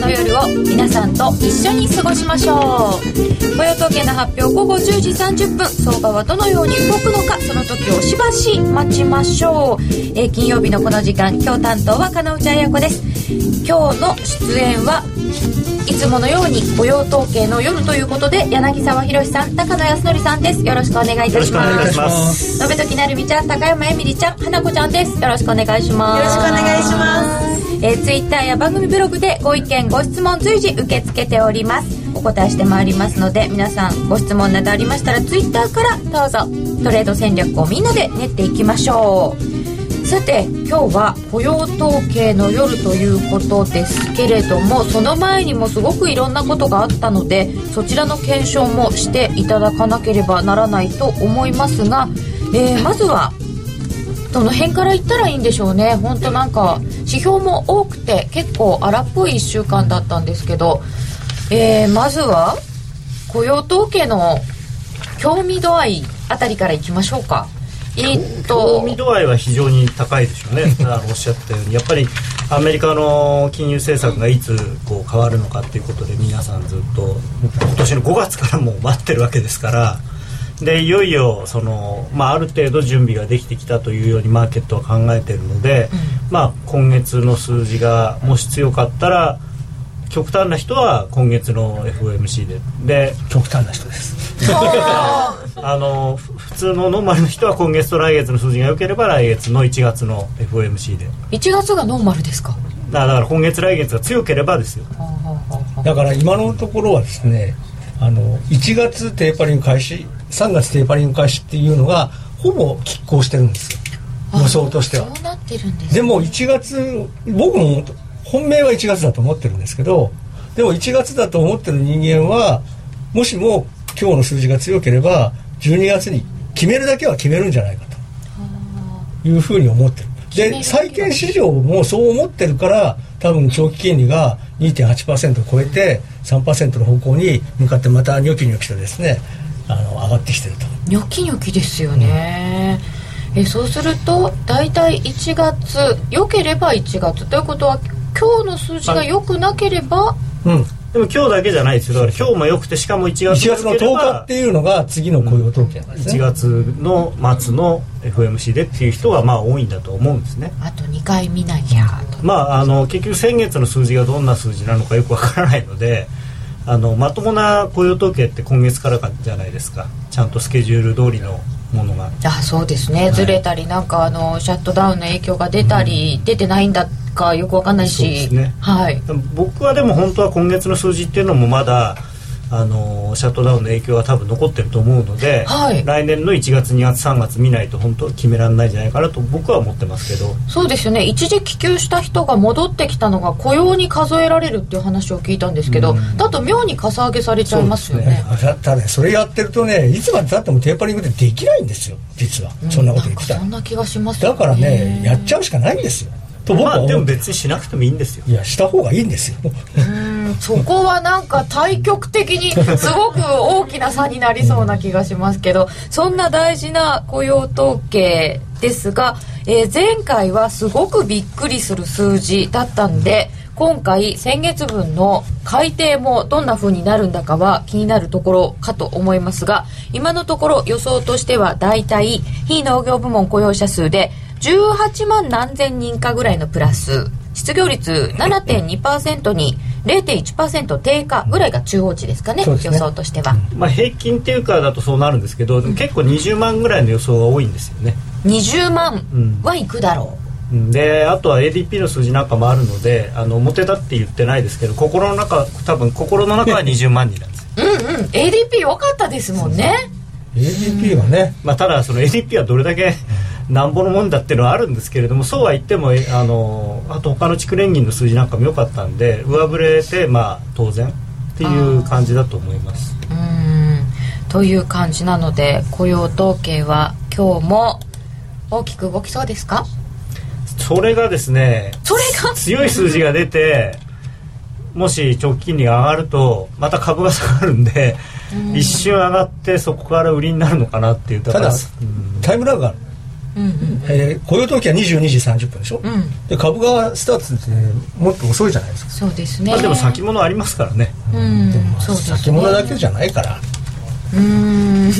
皆さんと一緒に過ごしましょう雇用統計の発表午後10時30分相場はどのように動くのかその時をしばし待ちましょう、えー金曜日のこの時間今日担当は金内彩子です今日の出演はいつものように雇用統計の夜ということで柳沢博さん高野康則さんですよろしくお願いいたしよろしくお願いいまたすしますのべときなるみちゃん高山えみりちゃん花子ちゃんですよろしくお願いしますよろしくお願いしますえー、ツイッターや番組ブログでご意見ご質問随時受け付けておりますお答えしてまいりますので皆さんご質問などありましたらツイッターからどうぞトレード戦略をみんなで練っていきましょうさて今日は雇用統計の夜ということですけれどもその前にもすごくいろんなことがあったのでそちらの検証もしていただかなければならないと思いますが、えーまずはどの辺から言ったらいいんでしょうね本当なんか指標も多くて結構荒っぽい1週間だったんですけど、えーまずは雇用統計の興味度合いあたりからいきましょうかえーっと興味度合いは非常に高いでしょうね あのおっしゃったようにやっぱりアメリカの金融政策がいつこう変わるのかっていうことで皆さんずっと今年の5月からもう待ってるわけですからでいよいよその、まあ、ある程度準備ができてきたというようにマーケットは考えてるので、まあ、今月の数字がもし強かったら極端な人は今月の FOMC でで極端な人ですあのふ普通のノーマルの人は今月と来月の数字が良ければ来月の1月の FOMC で1月がノーマルですかだだから今月来月が強ければですよだから今のところはですねあの1月テーパリング開始3月テーパリング開始っていうのがほぼ拮抗してるんですよ予想としてはそうなってるんですでも1月僕も本命は1月だと思ってるんですけどでも1月だと思ってる人間はもしも今日の数字が強ければ12月に決めるだけは決めるんじゃないかというふうに思ってる決めでるだけは債券市場もそう思ってるから多分長期金利が2.8%を超えて3%の方向に向かってまたニョキニョキとですねあの上がってきてるとニョキニョキですよね、えそうすると大体1月良ければ1月ということは今日の数字が良くなければうんでも今日だけじゃないですよだから今日も良くてしかも1 1月月の良けれ10日ばっていうのが次の雇用統計なんですね1月の末の FOMC でっていう人がまあ多いんだと思うんですねあと2回見なきゃとまあ、あの結局先月の数字がどんな数字なのかよくわからないのであのまともな雇用統計って今月からかじゃないですかちゃんとスケジュール通りのものがあそうですね、ずれたりなんかあのシャットダウンの影響が出たり、出てないんだかよくわかんないそうでし、すねはい僕はでも本当は今月の数字っていうのもまだあのシャットダウンの影響は多分残ってると思うので、はい来年の1月2月3月見ないと本当は決められないんじゃないかなと僕は思ってますけどそうですよね一時帰休した人が戻ってきたのが雇用に数えられるっていう話を聞いたんですけど、だと妙にかさ上げされちゃいますよねた だねそれやってるとねいつまでたってもテーパリングってできないんですよ実はそんなこと言ってたなら、んかそんな気がしますよだからねやっちゃうしかないんですよと僕まはあ思でう、も別にしなくてもいいんですよいやした方がいいんですようんそこはなんか対極的にすごく大きな差になりそうな気がしますけどそんな大事な雇用統計ですが、えー前回はすごくびっくりする数字だったんで今回先月分の改定もどんな風になるんだかは気になるところかと思いますが今のところ予想としては大体非農業部門雇用者数で18万何千人かぐらいのプラス失業率7.2%に0.1%低下ぐらいが中央値ですかねそうです予ね想としては、まあ平均っていうかだとそうなるんですけどでも結構20万ぐらいの予想が多いんですよね20万はいくだろうんであとは ADP の数字なんかもあるのであの表だって言ってないですけど心の中多分心の中は20万人なんですよう、うん、うん ADP 良かったですもんね ADP はねまあ、ただその ADP はどれだけなんぼのもんだっていうのはあるんですけれどもそうは言ってもえあのあと他の地区連銀の数字なんかも良かったんで上振れてまあ当然っていう感じだと思いますうーんという感じなので雇用統計は今日も大きく動きそうですかそれがですねそれが強い数字が出てもし直近利が上がるとまた株が下がるんで一瞬上がってそこから売りになるのかなっていうだたからだうんタイムラグがあるうんうんえー雇用統計は22時30分でしょ、うんで株がスタートってもっと遅いじゃないですか、そうですねまあでも先物ありますからねうんでもまあそうですね先物だけじゃないからうーん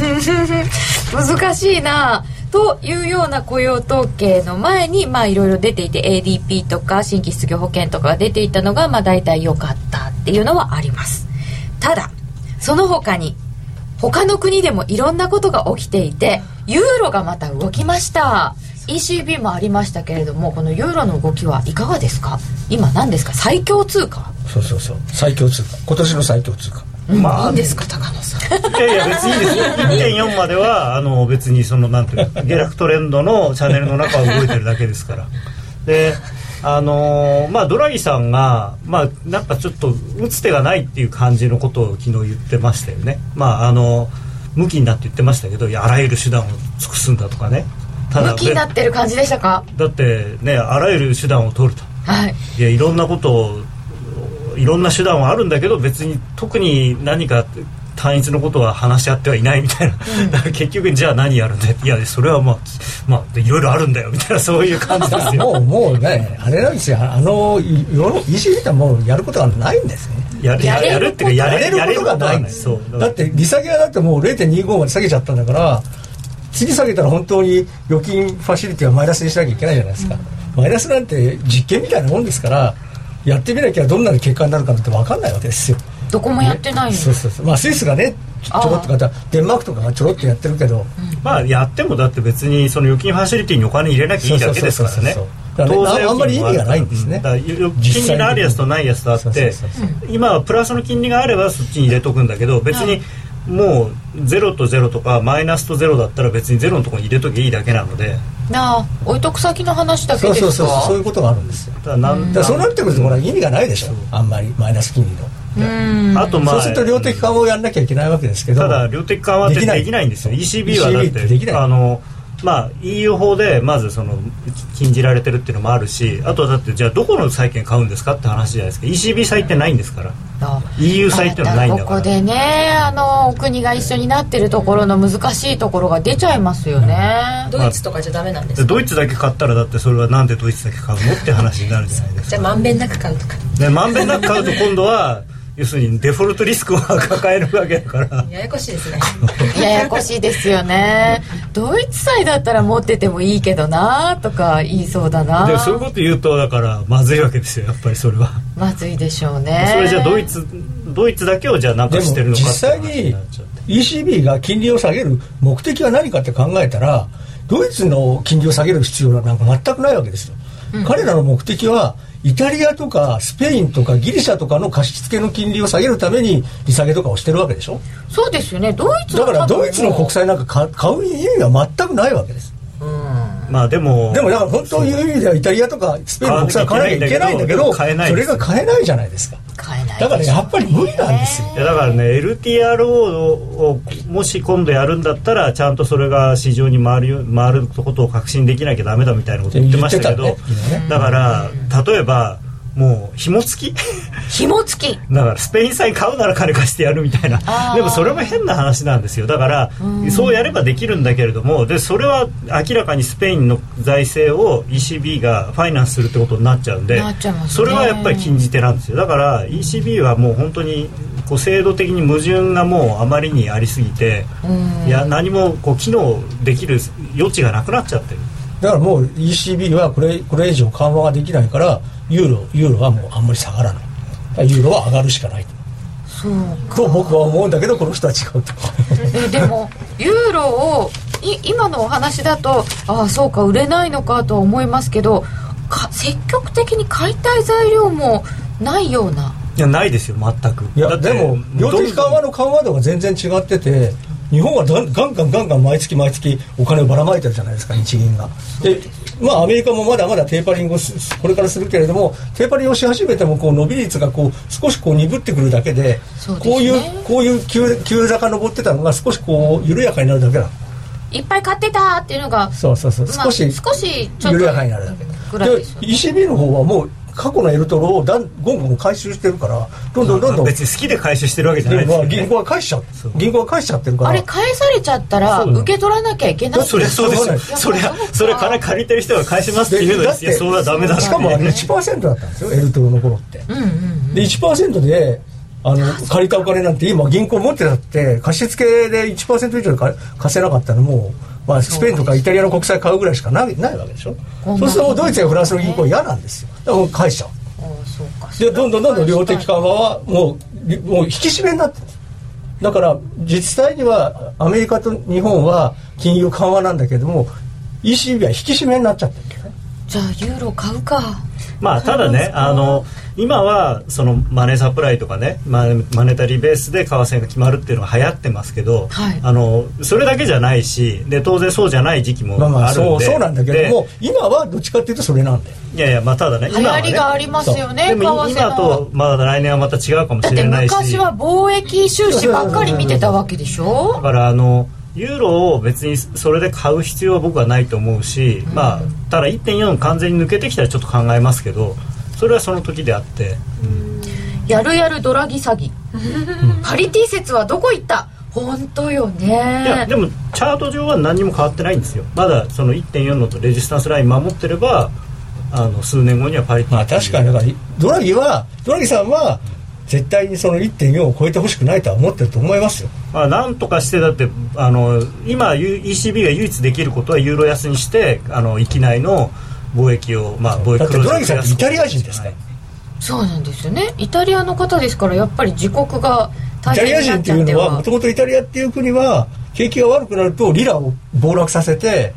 難しいなというような雇用統計の前にまあいろいろ出ていて ADP とか新規失業保険とかが出ていたのがまあ大体良かったっていうのはありますただその他に他の国でもいろんなことが起きていてユーロがまた動きました ECB もありましたけれどもこのユーロの動きはいかがですか今何ですか最強通貨そうそうそう最強通貨今年の最強 通貨まあいいんですか高野さんいやいや別にいいですよ1.4まではあの別にそのなんていうの下落トレンドのチャンネルの中を動いてるだけですからであのーまあドラギさんがまあなんかちょっと打つ手がないっていう感じのことを昨日言ってましたよねまああの向きになって言ってましたけどいやあらゆる手段を尽くすんだとかねただ向きになってる感じでしたかだってねあらゆる手段を取るとはいいやいろんなことをいろんな手段はあるんだけど別に特に何か単一のことは話し合ってはいないみたいな、だから結局じゃあ何やるんだよいやそれはまあ、まあ、いろいろあるんだよみたいなそういう感じです よもうもうねあれなんですよあのい世の ECB ってもうやることがないんですねやるやるややれるるっていうかやれやれることがないやんれでるすことはそうだって利下げはだってもう0.25まで下げちゃったんだから次下げたら本当に預金ファシリティはマイナスにしなきゃいけないじゃないですか、マイナスなんて実験みたいなもんですからやってみなきゃどんな結果になるかなんて分かんないわけですよどこもやってないんですそうそうそうまあスイスがねちょちょろっとかデンマークとかがちょろっとやってるけど、まあやってもだって別にその預金ファシリティにお金入れなきゃいいだけですからねそうそうそうそうだからねああんまり意味がないんですねだからよ実際金利のあるやつとないやつとあっそうそてうそうそう今はプラスの金利があればそっちに入れとくんだけど別にもうゼロとゼロとかマイナスとゼロだったら別にゼロのところに入れときゃいいだけなのでなあ置いとく先の話だけそうですそかうそうそうそういうことがあるんですよただなんだからそうなってくるとこれは意味がないでしょあんまりマイナス金利のうんあとまあそうすると量的緩和をやんなきゃいけないわけですけどただ量的緩和ってできないんですよできない ECB はだって ECB ってできないあのまあ、EU 法でまずその禁じられてるっていうのもあるしあとだってじゃあどこの債券買うんですかって話じゃないですか ECB 債ってないんですからあ EU 債っていうのはないんだまかたここらでねあのお国が一緒になってるところの難しいところが出ちゃいますよね、んドイツとかじゃダメなんですかドイツだけ買ったらだってそれはなんでドイツだけ買うのって話になるじゃないですじゃあかまんべんなく買うとかでまんべんなく買うと今度は要するにデフォルトリスクを抱えるわけだからややこしいですねややこしいですよねドイツ債だったら持っててもいいけどなとか言いそうだなでそういうこと言うとだからまずいわけですよやっぱりそれは、まずいでしょうねそれじゃあドイツドイツだけをじゃあなんでかもしてるの実かって際話にになっちゃって。 ECB が金利を下げる目的は何かって考えたらドイツの金利を下げる必要なんか全くないわけですよ、彼らの目的はイタリアとかスペインとかギリシャとかの貸し付けの金利を下げるために利下げとかをしてるわけでしょそうですよねドイツだはからドイツの国債債なんか買買う意味は全くないわけですまあでもでもだから本当いう意味ではイタリアとかスペインの国債は買わなきゃいけないんだけど買えないんそだれけどが買えないじゃないですか買えないだからやっぱり無理なんですよいやだからね LTRO をもし今度やるんだったらちゃんとそれが市場に回るよ回ることを確信できなきゃダメだみたいなこと言ってましたけど言ってたね今ねだから例えばもう紐付き紐付きだからスペイン債買うなら金貸してやるみたいなあーでもそれも変な話なんですよだからそうやればできるんだけれどもでそれは明らかにスペインの財政を ECB がファイナンスするってことになっちゃうんでなっちゃいますねそれはやっぱり禁じ手なんですよだから ECB はもう本当にこう制度的に矛盾がもうあまりにありすぎていや何もこう機能できる余地がなくなっちゃってる。だからもう ECB はこれこれ以上緩和ができないからユーロユーロはもうあんまり下がらないユーロは上がるしかないそうと僕は思うんだけどこの人は違うとえでもユーロをい今のお話だとああそうか売れないのかとは思いますけどか積極的に買いたい材料もないようないやないですよ全くいだやってでも量的緩和の緩和度が全然違ってて日本はだんガンガンガンガン毎月毎月お金をばらまいてるじゃないですか日銀がでまあアメリカもまだまだテーパリングをすこれからするけれどもテーパリングをし始めてもこう伸び率がこう少しこう鈍ってくるだけでそうですねこういうこういう急急坂登ってたのが少しこう緩やかになるだけだいっぱい買ってたっていうのがそうそうそうまあ少し少しちょっと緩やかになるだけぐらいですよねで ECB の方はもう過去のエルトロをだんゴンゴン回収してるからどんどんどんどん別に好きで回収してるわけじゃなでいですもまよあね銀行は返しちゃうそう銀行は返しちゃってるからあれ返されちゃったらそうだよ受け取らなきゃいけないそりゃそうですよしそりゃそれ金借りてる人が返しますっていうのだでっすてよそれはダメだってしかもあれ1%だったんですよエルトロの頃ってうんうんで1%であの借りたお金なんて今銀行持ってたって貸付で1%以上でか貸せなかったらもう、まあ、スペインとかイタリアの国債買うぐらいしかないないわけでしょうんそうするとドイツやフランスの銀行嫌なんですよだから返しちゃうああそうかでどんどんどんどん量的緩和はもうりもう引き締めになってるだから実際にはアメリカと日本は金融緩和なんだけども ECB は引き締めになっちゃってるんだよねじゃあユーロ買うかまあただねあの今はそのマネーサプライとかねマネマネタリーベースで為替が決まるっていうのが流行ってますけど、はいあのそれだけじゃないしで当然そうじゃない時期もあるんで、まあまあそうそうなんだけどもで今はどっちかっていうとそれなんだよいやいやまあただね流行りがあはねりますよねで為替も今のとまあ来年はまた違うかもだっしてれないし昔は貿易収支ばっかり見てたわけでしだょからあのユーロを別にそれで買う必要は僕はないと思うし、まあただ1.4完全に抜けてきたらちょっと考えますけどそれはその時であってやるやるドラギ詐欺パリティ説はどこ行った本当よいやねでもチャート上は何にも変わってないんですよまだその1.4のとレジスタンスライン守ってればあの数年後にはパリティまあ確かにだからドラギはドラギさんは絶対にその1.4を超えてほしくないとは思ってると思いますよまあ、なんとかしてだってあの今 U- ECB が唯一できることはユーロ安にしてあの域内の貿易をまあ貿易だって黒字ドをラギさんってイタリア人増でやすすからイそうなんですよねイタリアの方ですからやっぱり自国が大タリ変アになっ人ってちゃいってうのははもともとイタリアっていう国は景気が悪くなるとリラを暴落させて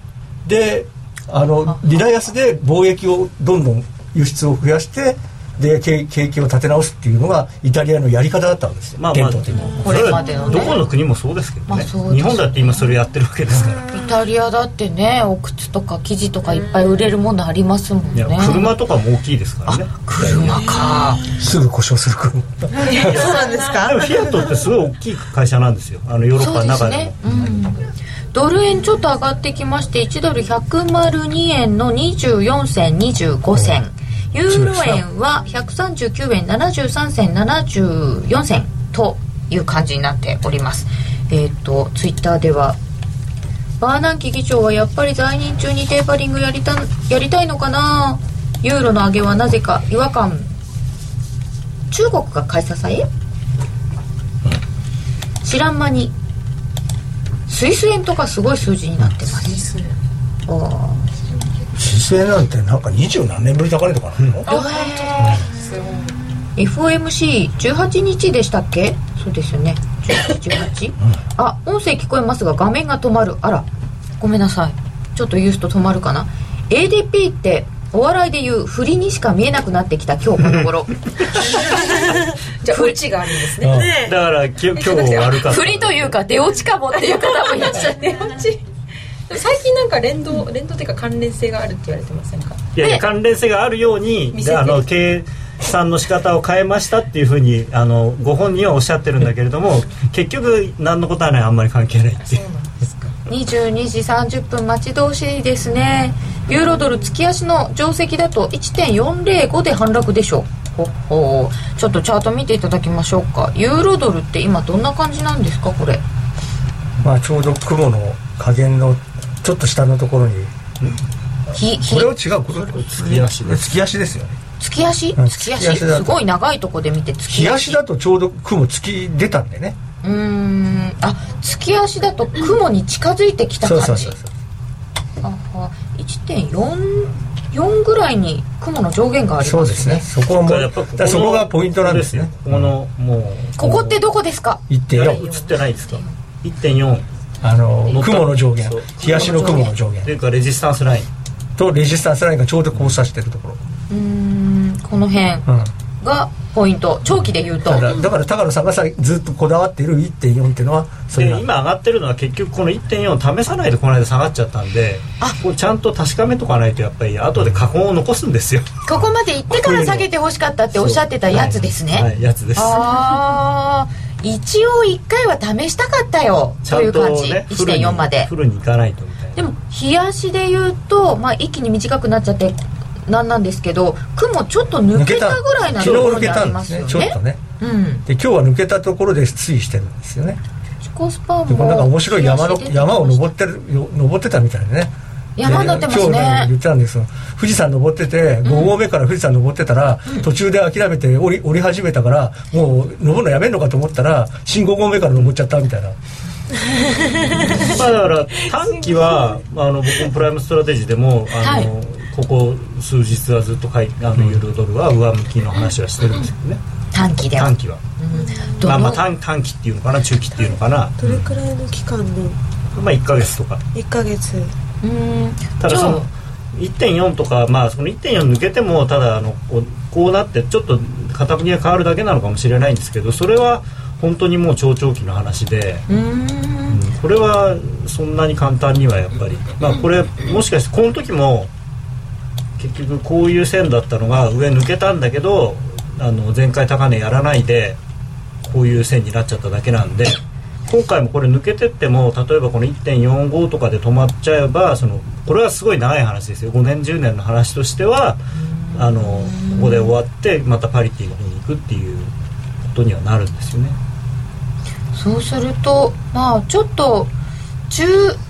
であのリラ安で貿易をどんどん輸出を増やしてで景景気を立て直すっていうのがイタリアのやり方だったんですよ、まあま伝あ統的に。これまでのねそれはどこの国もそうですけどまね,、あそうですね日本だって今それやってるわけですから、イタリアだってねお靴とか生地とかいっぱい売れるものありますもんいねや車とかも大きいですからね車かすぐ故障する 国そうなんでですもかフィアットってすごい大きい会社なんですよあのヨーロッパの中でもそうですね、うん、ドル円ちょっと上がってきまして1ドル102円の24銭25銭ユーロ円は139円73銭74銭という感じになっておりますえっ、とツイッターではバーナンキ議長はやっぱり在任中にテーパリングやりたやりたいのかなユーロの上げはなぜか違和感中国が買い支え知らん間にスイス円とかすごい数字になってますおー姿勢なんてなんか二十何年ぶり高値とかなの、 FOMC18 日でしたっけそうですよね1818あ音声聞こえますが画面が止まるあらごめんなさいちょっと言うと止まるかな ADP ってお笑いで言う振りにしか見えなくなってきた今日この頃じゃあうちがあるんですねうんだからき今日悪かった振りというか出落ちかもっていう方もいらっしゃる出落ち 最近なんか連動連動っていうか関連性があるって言われてませんかいやいでや関連性があるように見せてあの計算の仕方を変えましたっていうふうにあのご本人はおっしゃってるんだけれども結局何のことはないあんまり関係ないっていう22時30分待ち遠しいですねユーロドル月足の定石だと1.405で反落でしょうほっほーちょっとチャート見ていただきましょうかユーロドルって今どんな感じなんですかこれまあちょうど雲の加減のちょっと下のところにひひこれは違うこれ月足です月足ですよね月足うん月足月足だすとごい長いとこで見て月足日足だとちょうど雲月出たんでねうーんあ月足だと雲に近づいてきた感じあは1.44ぐらいに雲の上限がありそうまですすねねそこはもうだからそこがポイントなんですねここのもうここってどこですか4 1.4映ってないですか1.4あの雲の上限そう日足の雲の上と限いうかレジスタンスラインとレジスタンスラインがちょうど交差してるとこうーんこの辺ろ、うん、がポイント長期で言うとだからだから高野さんがさずっとこだわっている1.4っていうのはそれでが今上がってるのは結局この1.4を試さないとこの間下がっちゃったんでこうちゃんと確かめとかないとやっぱり後で花粉を残すんですよここまで行ってから下げてほしかったっておっしゃってたやつですね、はい、やつですああ一応1回は試したかったよちとゃいうん感とじ、ねフルに1.4までフルに行かないとみたいなでも冷やしで言うと、まあ、一気に短くなっちゃってなんなんですけど雲ちょっと抜けたぐらいなと昨日ころに抜けあたりんでますすよねねちょっとねうんで今日は抜けたところで推移してるんですよねコスパでもこのなんか面白い山の東出てきました山を登ってるよ登ってたみたいでね山登ってますねで今日言ったんですよ富士山登ってて5合目から富士山登ってたら、途中で諦めて降り降り始めたからもう登るのやめんのかと思ったら新5合目から登っちゃったみたいなまあだから短期はまああの僕もプライムストラテジーでもあの、はここ数日はずっと買いあのユーロドルは上向きの話はしてるんですけどね短期では短期はどまあのまあ短短期っていうのかな中期っていうのかなどれくらいの期間のまあ1ヶ月とか1ヶ月うんただじゃそあの1.4とかまあその1.4抜けてもただあのこうこうなってちょっと傾きが変わるだけなのかもしれないんですけどそれは本当にもう超長期の話で、うんうんこれはそんなに簡単にはやっぱりまあこれもしかしてこの時も結局こういう線だったのが上抜けたんだけどあの前回高値やらないでこういう線になっちゃっただけなんで今回もこれ抜けてっても例えばこの1.45とかで止まっちゃえばそのこれはすごい長い話ですよ5年10年の話としてはあのここで終わってまたパリティの方に行くっていうことにはなるんですよね。そうするとまあちょっと中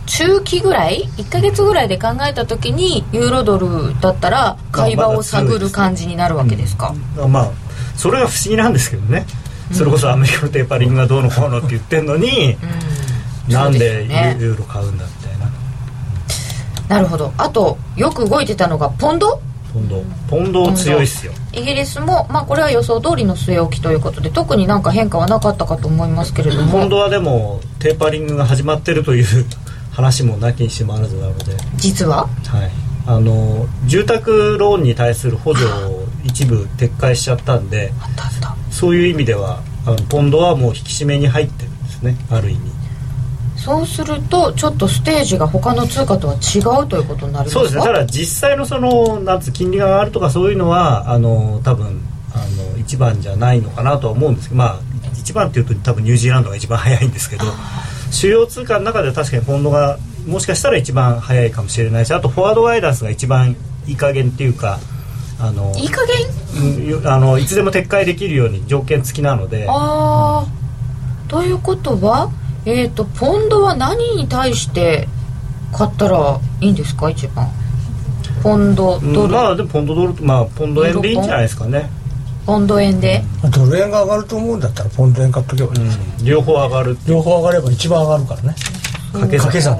中期ぐらい1ヶ月ぐらいで考えた時にユーロドルだったら買い場を探る感じになるわけですか、まあそれが不思議なんですけどね、それこそアメリカのテーパリングがどうのこうのって言ってんのに、うんなんそうですでよねユーロ買うんだみたいななるほどあとよく動いてたのがポンドポンドポンド強いっすよイギリスも、まあ、これは予想通りの据え置きということで特になんか変化はなかったかと思いますけれどポンドもはでもテーパリングが始まってるという話もなきにしもあらずなので、実ははい、あの住宅ローンに対する補助を一部撤回しちゃったんであったあったそういう意味ではあのポンドはもう引き締めに入ってるんですねある意味。そうするとちょっとステージが他の通貨とは違うということになるんですそかうですねただ実際のそのなんつう金利が上がるとかそういうのはあの多分あの一番じゃないのかなとは思うんですけどまあ一番っていうと多分ニュージーランドが一番早いんですけど主要通貨の中では確かにポンドがもしかしたら一番早いかもしれないしあとフォワードガイダンスが一番いい加減っていうかあのいい加減うんあのいつでも撤回できるように条件付きなのでああということはえっ、とポンドは何に対して買ったらいいんですか一番ポンドうんドル、まあでもポンドドルまあポンド円でいいんじゃないですかね、ポンド円でドル円が上がると思うんだったらポンド円買っとけばいい、うん、両方上がる両方上がれば一番上がるからね掛け算掛け算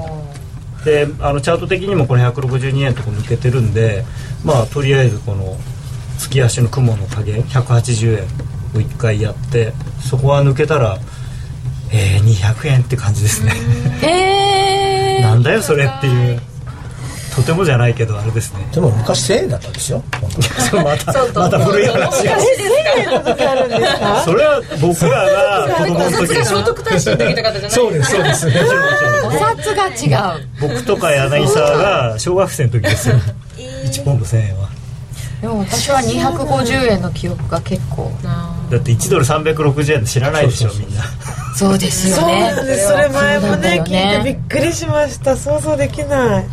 だであのチャート的にもこの162円のとこ抜けてるんでまあとりあえずこの月足の雲の加減180円を1回やってそこは抜けたらえー、200円って感じですねへえなんだよそれっていうとてもじゃないけどあれですねでも昔1000円だったんですよまたまた古い話がそれは僕ら が子供のさ時すが聖に徳太子の時とかじゃないそうですそ うですお札が違う僕とか柳沢が小学生の時ですよ1ポンド1000円はでも私は250円の記憶が結構あだって1ドル360円で知らないでしょみんなそうですよねそうですそれ前もねそうだよ聞いてびっくりしました想像できない、ね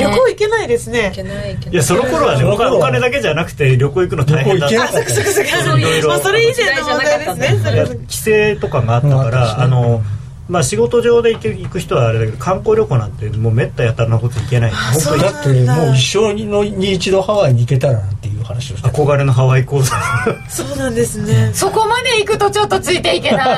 え旅行行けないですーいねけないいけないいやその頃はねそのお頃は金お金だけじゃなくて旅行行くの大変だっ旅行た行けなかったそういろいろまあそれ以前の問題ですねそいれやは規制とかがあったかうんあったしらねあのまあ仕事上で行く行く人はあれだけど観光旅行なんてもうめったやたらなこと行けないそう本だってもう一生に一度ハワイに行けたらなんていう話をして当に憧れのハワイ講座そうなんですねそこまで行くとちょっとついてい けない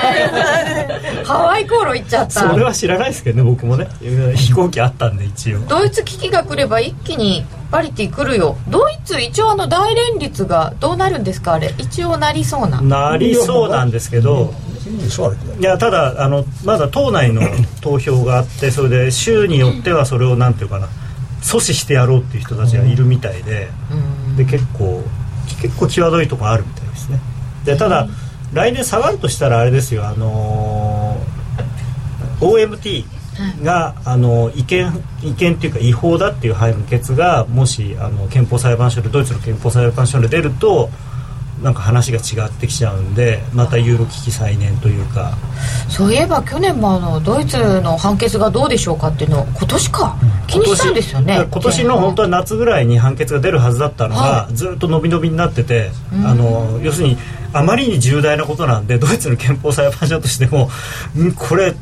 ハワイ航路行っちゃったそれは知らないですけどね僕もね飛行機あったんで一応ドイツ危機が来れば一気にパリティ来るよドイツ一応あの大連立がどうなるんですかあれ一応なりそうななりそうなんですけどいいでしょあれいやただあのまだ党内の投票があってそれで州によってはそれをなんていうかな阻止してやろうっていう人たちがいるみたいで。うんで結構結構際どいとこあるみたいですねでただ来年下がるとしたらあれですよあのー OMT が、あのー違憲違憲っていうか違法だっていう判決がもしあの憲法裁判所でドイツの憲法裁判所で出るとなんか話が違ってきちゃうんでまたユーロ危機再燃というかそういえば去年もあのドイツの判決がどうでしょうかっていうのを今年か気にしたんですよね今年の本当は夏ぐらいに判決が出るはずだったのが、はずっと伸び伸びになっててあの要するにあまりに重大なことなんでドイツの憲法裁判所としても んこれ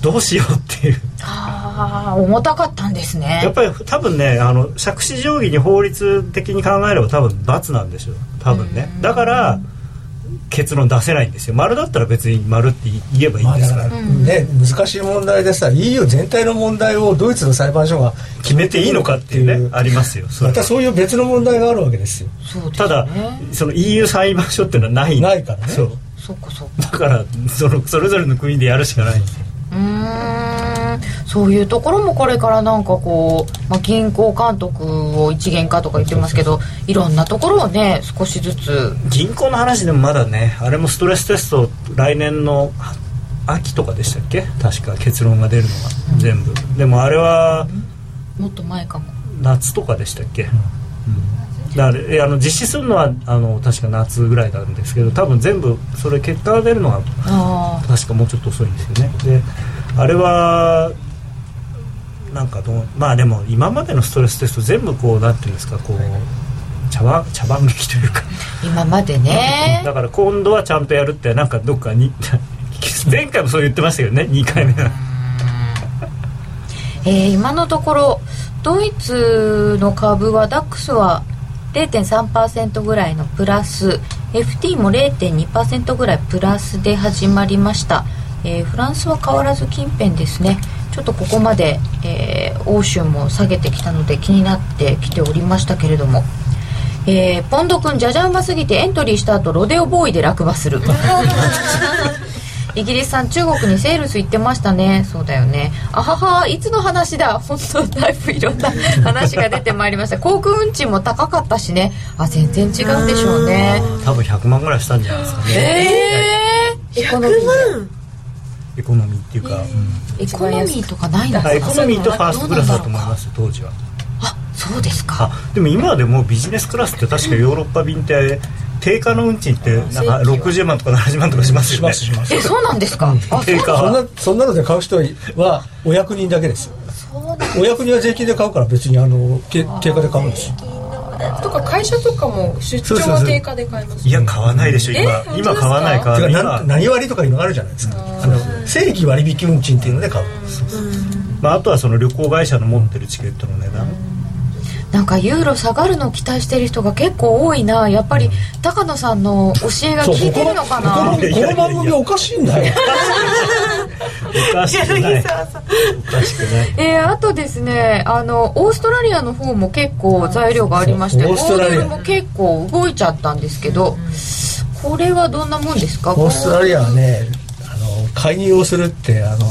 どうしようっていうああ重たかったんですねやっぱり多分ねあの借子定規に法律的に考えれば多分罰なんでしょう多分ねだから結論出せないんですよ丸だったら別に丸って言えばいいまんあでだすかからら、ね、難しい問題でさ EU 全体の問題をドイツの裁判所が決めていいのかっていうねありますよそれまはたそういう別の問題があるわけですよそうですねただその EU 裁判所っていうのはないないからねそうそうかそうかだからそのそれぞれの国でやるしかないんですようーんそういうところもこれからなんかこう、まあ、銀行監督を一元化とか言ってますけどいろんなところをね少しずつ銀行の話でもまだねあれもストレステスト来年のは秋とかでしたっけ確か結論が出るのが全部でもあれはもっと前かも夏とかでしたっけ、うんだからえあの実施するのはあの確か夏ぐらいなんですけど多分全部それ結果が出るのはあ確かもうちょっと遅いんですよねであれはなんかどうまあでも今までのストレステスト全部こうなんていうんですかこう茶番茶番劇というかあ今までねだから今度はちゃんとやるってなんかどっかに 前回もそう言ってましたけどね2回目はえー今のところドイツの株はダックスは0.3%ぐらいのプラス FT も0.2%ぐらいプラスで始まりました、えーフランスは変わらず近辺ですねちょっとここまで、えー欧州も下げてきたので気になってきておりましたけれども、えーポンド君じゃじゃ馬すぎてエントリーした後ロデオボーイで落馬するイギリスさん中国にセールス行ってましたねそうだよねあははいつの話だ本当だいぶいろんな話が出てまいりました航空運賃も高かったしねあ全然違うでしょうね多分100万ぐらいしたんじゃないですかねええー、エコノミーエコノミーっていうか、うんエコノミーとかないんだはいエコノミーとファーストクラスだと思いあますよ当時はそうですかあでも今でもビジネスクラスって確かヨーロッパ便って定価の運賃ってなんか60万とか70万とかしますよねしますえそうなんですか、あ定価そんはなそんなので買う人はお役人だけですよお役人は税金で買うから別にあのけ定価で買うんですよとか会社とかも出そう張そうはそう定価で買いますいや買わないでしょ今え今買わないて買わなかいな今何割とかいうのがあるじゃないですかあの正規割引運賃っていうので買うまあ、あとはその旅行会社の持ってるチケットの値段なんかユーロ下がるのを期待してる人が結構多いなやっぱり高野さんの教えがそう効いこてるののこかのなここの番組おかしいんだよおかしく ないおかしくないえー、あとですねあのオーストラリアの方も結構材料がありましてそうオーストラリアドルも結構動いちゃったんですけどこれはどんなもんですかオーストラリアはねあの介入をするってあの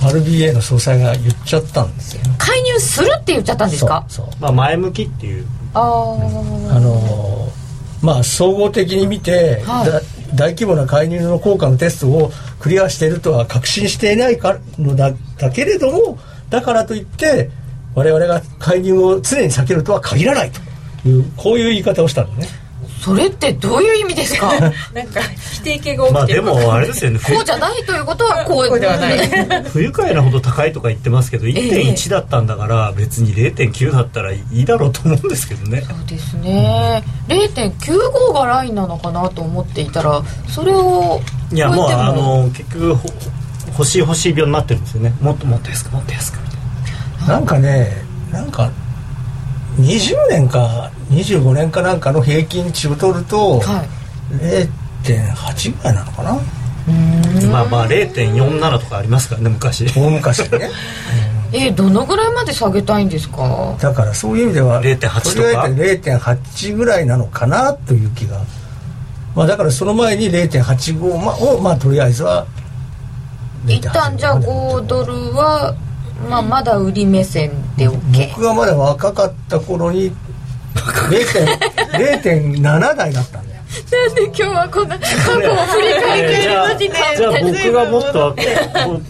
RBA の総裁が言っちゃったんですよ介入するって言っちゃったんですかそうそうまあ前向きっていうあああのまあ総合的に見て、はいだ大規模な介入の効果のテストをクリアしているとは確信していないかのだだけれどもだからといって我々が介入を常に避けるとは限らないというこういう言い方をしたのねそれってどういう意味です かなんか否定形が起まきあてでるもあれですよねこうじゃないということはこうこうではない不愉快なほど高いとか言ってますけど1.1だったんだから別に0.9だったらいいだろうと思うんですけどねそうですね0.95がラインなのかなと思っていたらそれをいや超えてもうあの結局ほ欲しい欲しい病になってるんですよねもっともっと安くもっと安くみたいななんかねなんか20年か25年かなんかの平均値を取ると、はい0.8ぐらいなのかなまあまあ0.47とかありますからね昔大昔 ねえーどのぐらいまで下げたいんですかだからそういう意味では0.8とかとりあえず0.8ぐらいなのかなという気が、まあ、だからその前に0.85まあをまあとりあえずは一旦じゃあ5ドルは、まあ、まだ売り目線で OK 僕がまだ若かった頃に0.7台だったんだよなんで今日はこんな過去を振り 返ってるのにじゃあた僕がもっと若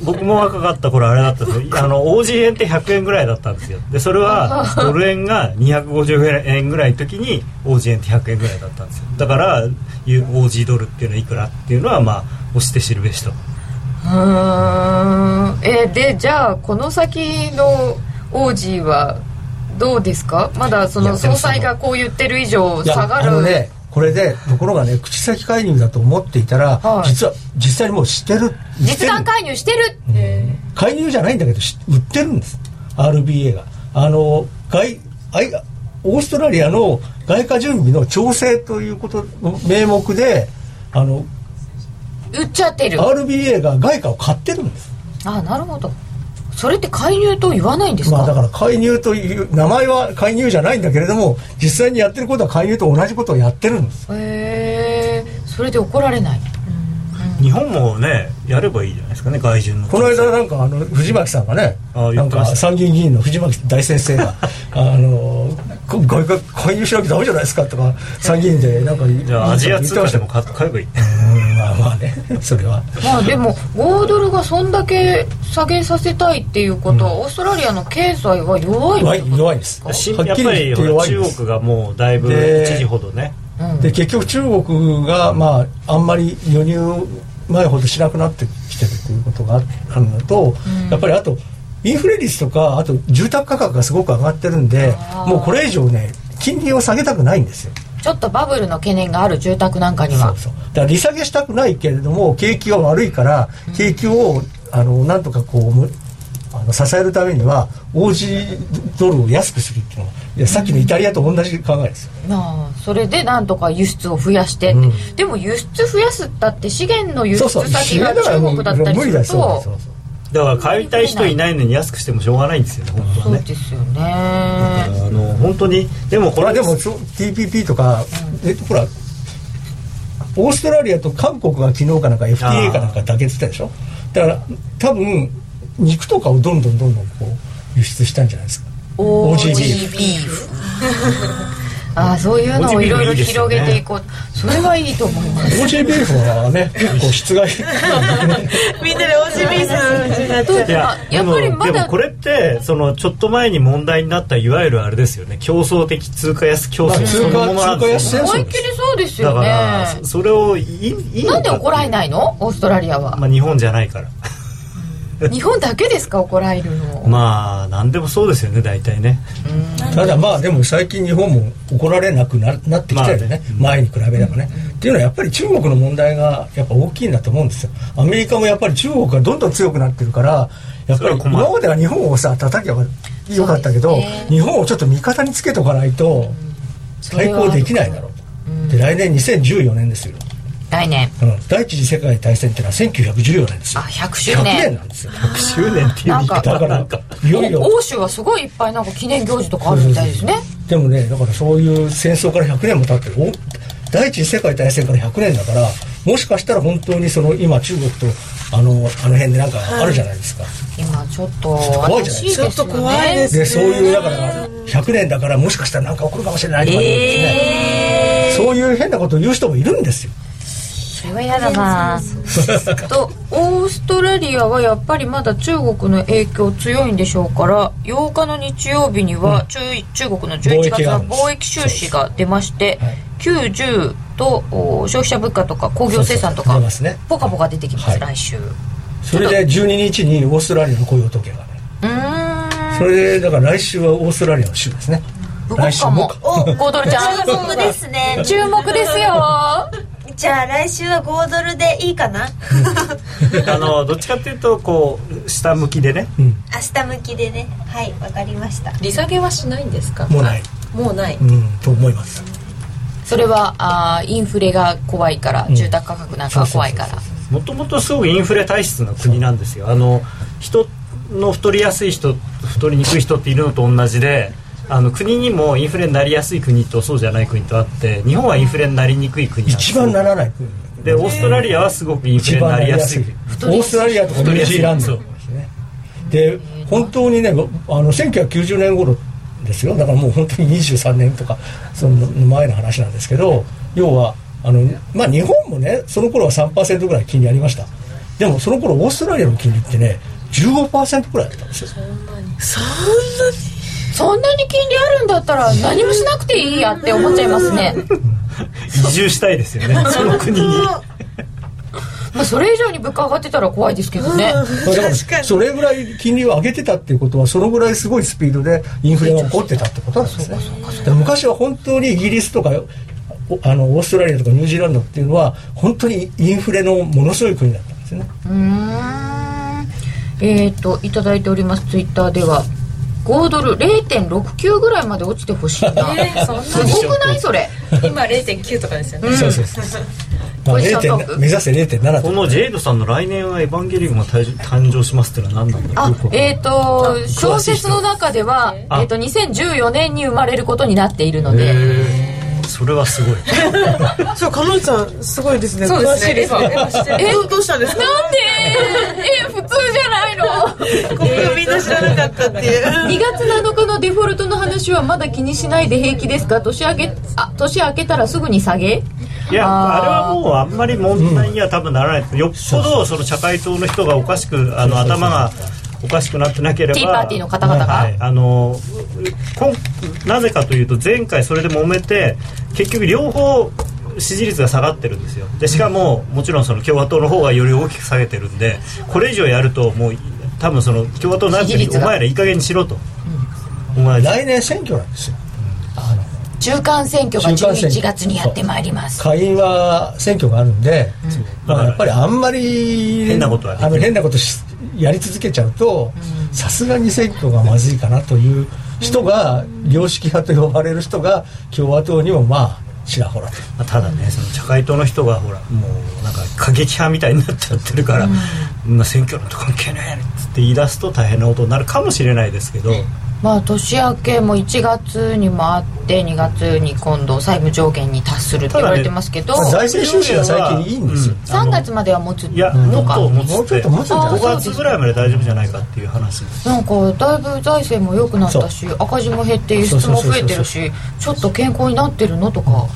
僕も若かった頃あれだったんですよあの OG 円って100円ぐらいだったんですよでそれはドル円が250円ぐらいの時に OG 円って100円ぐらいだったんですよだから OG ドルっていうのはいくらっていうのはまあ押して知るべしとうーんえーでじゃあこの先の王子はどうですかまだそいのやでも総その裁がこう言ってる以上いや下があのる、ねこれでところがね口先介入だと思っていたら、はい実は実際にもうしてる実弾してる介入してる介入じゃないんだけどし売ってるんです RBA があの外あいオーストラリアの外貨準備の調整ということの名目であの売っちゃってる RBA が外貨を買ってるんですあなるほどそれって介入と言わないんですか,、まあだから介入という名前は介入じゃないんだけれども実際にやってることは介入と同じことをやってるんですへえそれで怒られない日本もねやればいいじゃないですかね外順のこの間なんかあの藤巻さんがねあな言んってまかした参議院議員の藤巻大先生 があのこ外貨介入しなきゃダメじゃないですかとか参議院でなんか言じゃあアジア通貨でも言って買っ買えばいいましたうんまあまあねそれはまあでも5ドルがそんだけ下げさせたいっていうことは、オーストラリアの経済は弱い弱ってこいと弱いですはっきしりやっぱ言りってほら弱いで中す国がもうだいぶで一時ほどねうんで結局中国がまああんまり輸入前ほどしなくなってきてるということがあるのと、やっぱりあとインフレ率とかあと住宅価格がすごく上がってるんでもうこれ以上ね金利を下げたくないんですよちょっとバブルの懸念がある住宅なんかにはそうそうだから利下げしたくないけれども景気は悪いから景気をあのなんとかこうむあの支えるためには OG ドルを安くするっていうのはいやさっきのイタリアと同じ考えですよまあそれでなんとか輸出を増やしてって、うんでも輸出増やすったって資源の輸出先がだから中もう国だったり無す理るだそうだとそうだそうだだから買いたい人いないのに安くしてもしょうがないんですよね本当そうはねですよねあの本当にでもここれれでもそう TPP とか、えっとほらオーストラリアと韓国が昨日かなんか FTA かなんかだけってたでしょだから多分肉とかをどんどんどんどんこう輸出したんじゃな いですか OG ビーフああそういうのをいろいろ OG ビーフいいですよ広ねげていこうそれはいいと思います OG ビーフはね結構 質がいい みんなで OGB さんになっちゃいっいてややでっぱもりでまだもこれってそのちょっと前に問題になったいわゆるあれですよね競争的通貨安競まあ争通そ貨のままなんで通す貨よ安思いっきりそうですだよかねらそそれをいいいいのかなんで怒られないのオーストラリアは、まあ日本じゃないから日本だけですか怒られるの、まあ何でもそうですよね大体ねただまあでも最近日本も怒られなくななってきたよね,、まあね前に比べればね、っていうのはやっぱり中国の問題がやっぱ大きいんだと思うんですよアメリカもやっぱり中国がどんどん強くなってるからやっぱりそれは困る今までは日本をさ叩きゃよかったけど、そうですね日本をちょっと味方につけとかないと対抗できないだろうと、で来年2014年ですよ、来年うん、第一次世界大戦ってのは1914年ですあよ100 100周年年なんですよ100周年っていう言いなん方だかならんかいよいよお欧州はすごいいっぱいなんか記念行事とかあるみたいですねでもねだからそういう戦争から100年も経ってるお第一次世界大戦から100年だからもしかしたら本当にその今中国とあのあの辺でなんかあるじゃないですか、今ちょっと怖いじゃない怪でしいすですかよちょっと怖いねですでそういうだから100年だからもしかしたら何か起こるかもしれないとか言うんですね、そういう変なことを言う人もいるんですよそれは嫌だなとオーストラリアはやっぱりまだ中国の影響強いんでしょうから8日の日曜日には中,、中国の11貿易月があはるんです貿易収支が出ましてはい90とお消費者物価とか工業生産とそうそうか出ますねポカポカ出てきます、はい来週うそれで12日にオーストラリアの雇用統計がねーんそれでだから来週はオーストラリアの週ですね動来く週かもも5ドルちゃんそうですね注目ですよじゃあ来週は5ドルでいいかな あのどっちかっていうとこう下向きでね明日向きでねはいわかりました利下げはしないんですかもうないもうないうんと思いますそれはあーインフレが怖いから住宅価格なんかが怖いからそうそうそうもともとすごくインフレ体質な国なんですよあの人の太りやすい人太りにくい人っているのと同じであの国にもインフレになりやすい国とそうじゃない国とあって日本はインフレになりにくい国なんです一番ならないでオーストラリアはすごくインフレ一に番ななりりややすすいいオーストラリアとかニュージーランドですねで本当にねあの1990年頃ですよだからもう本当に23年とかその前の話なんですけど要はあの、まあ、日本もねその頃は3%ぐらい金利ありましたでもその頃オーストラリアの金利ってね15%ぐらいだったんですよそんなにそんなに金利あるんだったら何もしなくていいやって思っちゃいますね移住したいですよ ねその国にまあそれ以上に物価上がってたら怖いですけどね、まあだから確かにそれぐらい金利を上げてたっていうことはそのぐらいすごいスピードでインフレが起こってたってことなんですねだから昔は本当にイギリスとかおあのオーストラリアとかニュージーランドっていうのは本当にインフレのものすごい国だったんですねうーんえっ、といただいておりますツイッターでは5ドル0.69ぐらいまで落ちてほしい な、えーそんなすごくないそれ今0.9とかですよね、そうそうそうそうまポあジショントップ0.7目指せ0.7ことのジェイドさんの来年はエヴァンゲリオンが誕生誕生しますってのは何なんだろうあよくわかんないえっ、と小説の中では、えあー、と2014年に生まれることになっているので、へーそれはすごいそう彼女さんすごいですねそうで詳すしねいですね今知ってるえどうどうしたんですかなんで えー普通じゃないのこれみんな知らなかったって いう2月7日のデフォルトの話はまだ気にしないで平気ですか年明けあ年明けたらすぐに下げいやあーあれはもうあんまり問題には多分ならないです、よっぽどその社会党の人がおかしくあの頭がおかしくなってなければティーパーティーの方々がはい、あのこんなぜかというと前回それで揉めて結局両方支持率が下がってるんですよでしかももちろんその共和党の方がより大きく下げてるんでこれ以上やるともう多分その共和党内部支持に率おが前らいい加減にしろと、お前ら来年選挙なんですよあの中間選挙が中間選挙11月にやってまいります下院は選挙があるんで、まあ、やっぱりあんまり変なことはできあないの変なことしやり続けちゃうとさすがに選挙がまずいかなという人が良識派と呼ばれる人が共和党にもまあちらほらとまあただねその社会党の人がほらもうなんか過激派みたいになっちゃってるから、まあ、選挙なんと関係ないっつって言い出すと大変なことになるかもしれないですけど、まあ年明けも1月にもあって2月に今度債務上限に達するって言われてますけど、ただね財政収支が最近いいんですよ3月あのまでは持ついやうんもっと持もうつちょっってと持つんじゃない5月ぐらいまで大丈夫じゃないかっていう話ですなんかだいぶ財政も良くなったし赤字も減って輸出も増えてるしちょっと健康になってるのとか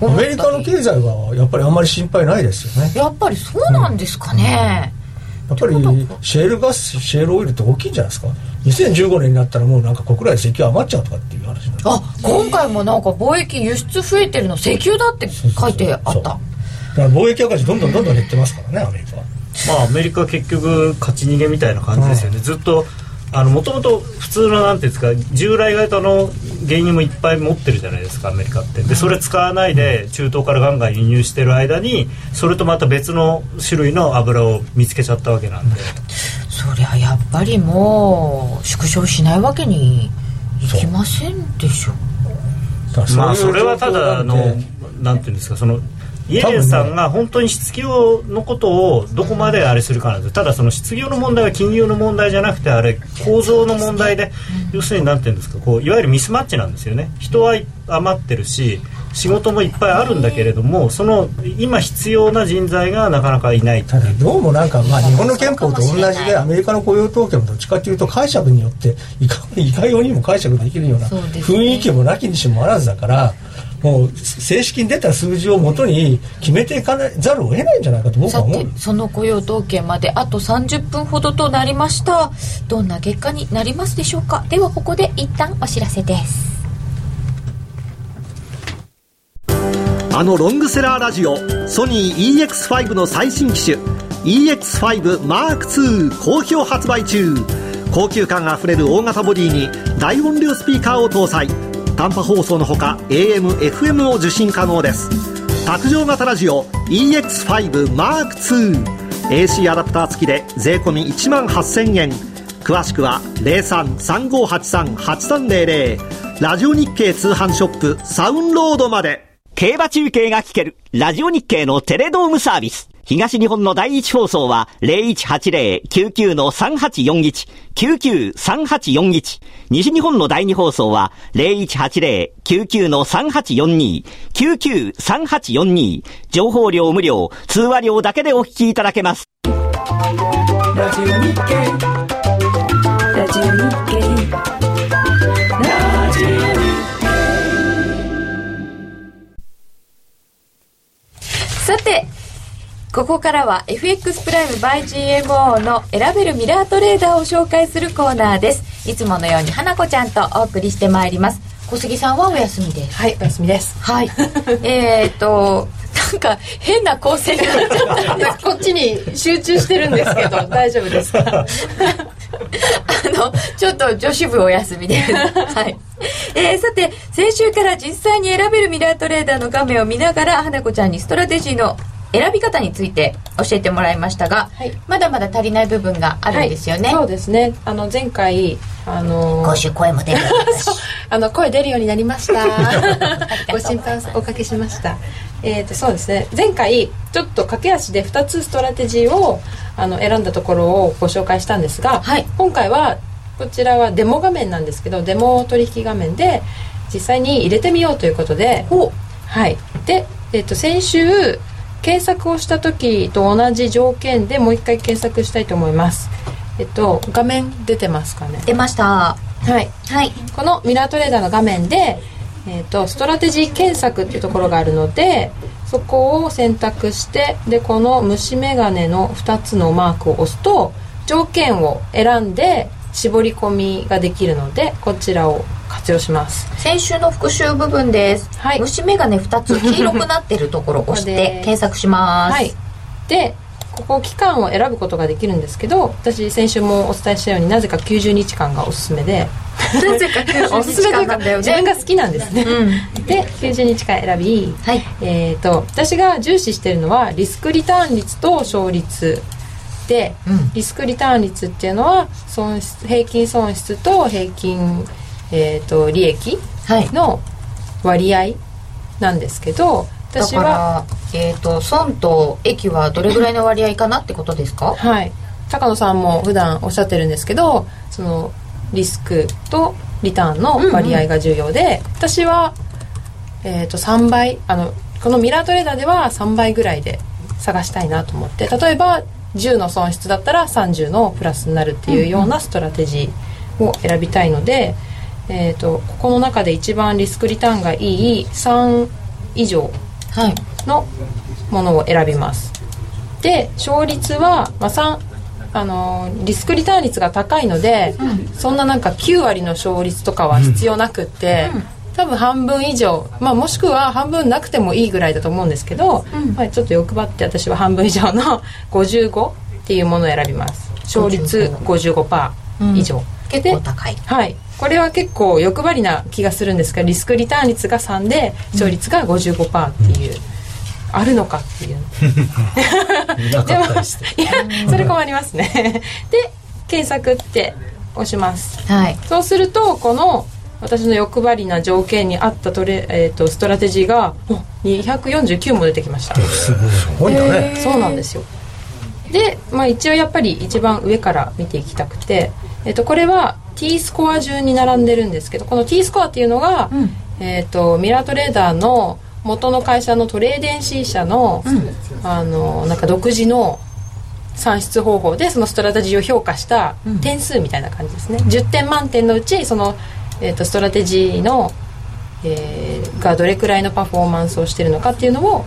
アメリカの経済はやっぱりあんまり心配ないですよねやっぱりそうなんですかね、やっぱりシェールガスシェールオイルって大きいんじゃないですか2015年になったらもうなんか国内石油余っちゃうとかっていう話になるあ今回もなんか貿易輸出増えてるの石油だって書いてあそうっだたから貿易赤字どんどんどんどん減ってますからねアメリカはまあアメリカは結局勝ち逃げみたいな感じですよね、ずっとあのもともと普通のなんていうんですか従来型の原油もいっぱい持ってるじゃないですかアメリカってでそれ使わないで中東からガンガン輸入してる間にそれとまた別の種類の油を見つけちゃったわけなんでそりゃやっぱりもう縮小しないわけにいきませんでしょだからまあういそうれはただあ状況なのんでなんていうんですかそのイエレンさんが本当に失業のことをどこまであれするかなんですただその失業の問題は金融の問題じゃなくてあれ構造の問題で要するになんていうんですかこういわゆるミスマッチなんですよね人は余ってるし仕事もいっぱいあるんだけれどもその今必要な人材がなかなかいないただどうもなんかまあ日本の憲法と同じでアメリカの雇用統計もどっちかというと解釈によっていかいかようにも解釈できるようなそうですね雰囲気もなきにしもあらずだからもう正式に出た数字をもとに決めていかなざるを得ないんじゃないかと僕はさ思うてその雇用統計まであと30分ほどとなりましたどんな結果になりますでしょうかではここで一旦お知らせですあのロングセラーラジオソニー EX5 の最新機種 EX5M2 好評発売中高級感あふれる大型ボディに大音量スピーカーを搭載短波放送のほか AMFM を受信可能です卓上型ラジオ EX5M2AC アダプター付きで税込1万8000円詳しくは0335838300ラジオ日経通販ショップサウンロードまで競馬中継が聞ける、ラジオ日経のテレドームサービス。東日本の第一放送は、0180-99-3841、99-3841。西日本の第二放送は、0180-99-3842、99-3842。情報量無料、通話料だけでお聞きいただけます。ここからは FX プライム by GMO の選べるミラートレーダーを紹介するコーナーですいつものように花子ちゃんとお送りしてまいります小杉さんはお休みですはい、お休みです。はい えーっとなんか変な構成になっちゃったん ですこっちに集中してるんですけ ど、大丈夫ですか。あの、ちょっと女子部お休み です。はい。えーさて、先週から実際に選べるミラートレーダーの画面を見ながら、花子ちゃんにストラテジーの選び方について教えてもらいましたが、はいまだまだ足りない部分があるんですよね。そうですね。あの前回あの今週声も出るあの声出るようになりました ご心配おかけしましたえっ、とそうですね前回ちょっと駆け足で2つストラテジーをあの選んだところをご紹介したんですが、はい今回はこちらはデモ画面なんですけどデモ取引画面で実際に入れてみようということではいで、えっと先週検索をした時と同じ条件でもう一回検索したいと思いますえっと画面出てますかね出ました。はいはい。このミラートレーダーの画面で、えー、とストラテジー検索っていうところがあるのでそこを選択してでこの虫眼鏡の2つのマークを押すと条件を選んで絞り込みができるのでこちらを活用し ます先週の復習部分です。はい虫眼鏡2つ黄色くなってるところを押しこてこです検索します。はいでここ期間を選ぶことができるんですけど私先週もお伝えしたようになぜか90日間がおすすめで なぜか90 おすすめというなかんだよ自 分ね。が好きなんですねうん。で90日間選びはい。えー、と私が重視してるのはリスクリターン率と勝率で、うんリスクリターン率っていうのは損失平均損失と平均、えー、と利益はい。の割合なんですけどだ私かは、ら、えー、と損と益はどれぐらいの割合かなってことですかはい、高野さんも普段おっしゃってるんですけどそのリスクとリターンの割合が重要で、私は、えー、と3倍あのこのミラートレーダーでは3倍ぐらいで探したいなと思って例えば10の損失だったら30のプラスになるっていうようなストラテジーを選びたいので、えー、とここの中で一番リスクリターンがいい3以上はいのものを選びますで勝率は、まあ、3あのーリスクリターン率が高いので、そんななんか9割の勝率とかは必要なくって、多分半分以上、まあ、もしくは半分なくてもいいぐらいだと思うんですけど、まあ、ちょっと欲張って私は半分以上の 55っていうものを選びます勝率55%以上、結構高いはい、これは結構欲張りな気がするんですがリスクリターン率が3で勝率が55%っていう、あるのかっていうなかでもったりしていやそれ困りますねで検索って押しますはいそうするとこの私の欲張りな条件に合ったトレ、えー、とストラテジーがお249も出てきましたすごいんだね、そうなんですよで、まあ、一応やっぱり一番上から見ていきたくて、えっとこれは T スコア順に並んでるんですけどこの T スコアっていうのが、えっとミラートレーダーの元の会社のトレーデン C 社の,、あのなんか独自の算出方法でそのストラテジーを評価した点数みたいな感じですね、10点満点のうちその、えっとストラテジーの、えーがどれくらいのパフォーマンスをしてるのかっていうのを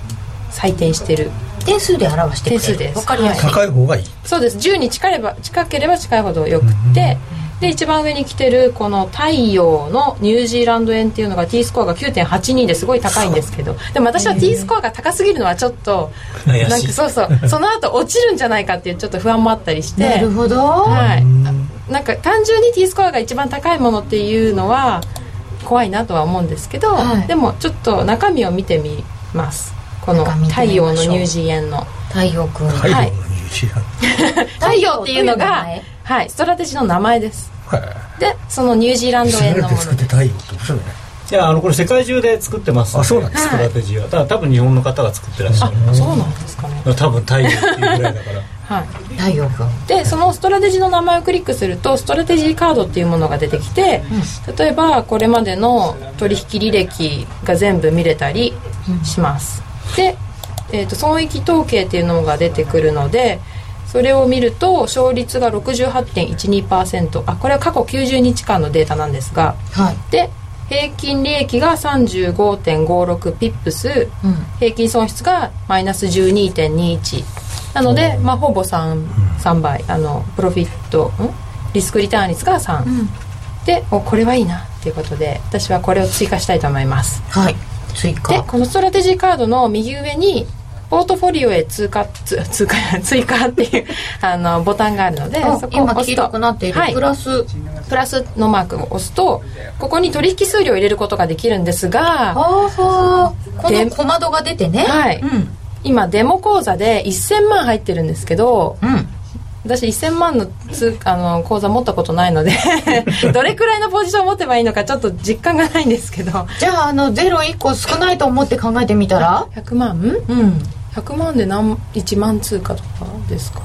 採点してる点数で表してくれる点数ですわかりやすい、高い方がいいそうです10に近れば近ければ近いほどよくって、で一番上に来てるこの太陽のニュージーランド円っていうのが T スコアが9.82ですごい高いんですけどでも私は T スコアが高すぎるのはちょっと怪なんしかいそう そうその後落ちるんじゃないかっていうちょっと不安もあったりしてなるほど、はい、なんか単純に T スコアが一番高いものっていうのは怖いなとは思うんですけど、はいでもちょっと中身を見てみますこの中見て太み陽ましょうのニュージー円の太陽君太陽のニュージーラン太陽っていうのが太陽という名前はい、ストラテジーの名前ですドはいでそのニュージ ーランド攻円めのもての作って太陽って面白いねいやあのこれ世界中で作ってますあそうなんでストラテジーはただ多分日本の方が作ってらっしゃるあそうなんですかね、多分太陽っていうぐらいだからはい、太陽君でそのストラテジーの名前をクリックするとストラテジーカードっていうものが出てきて、例えばこれまでの取引履歴が全部見れたりします、で、えー、と損益統計っていうのが出てくるのでそれを見ると勝率が68.12%あこれは過去90日間のデータなんですがはいで平均利益が35.56ピップス、うん平均損失がマイナス12.21なので、まあ、ほぼ 3, 三倍あのプロフィットんリスクリターン率が3、でおこれはいいなっていうことで私はこれを追加したいと思いますはい追で加このストラテジーカードの右上にポートフォリオへ通過つ通過 追加っていうあのボタンがあるのであそこを今押黄す色とくなっている、はいプラスプラスのマークを押すとここに取引数量を入れることができるんですがあーはーこでの小窓が出てねはいうん今デモ口座で1000万入ってるんですけどうん私1000万の通あの口座持ったことないので どれくらいのポジションを持てばいいのかちょっと実感がないんですけどじゃああのゼロ1個少ないと思って考えてみたら100万うん100万で何1万通貨とかですか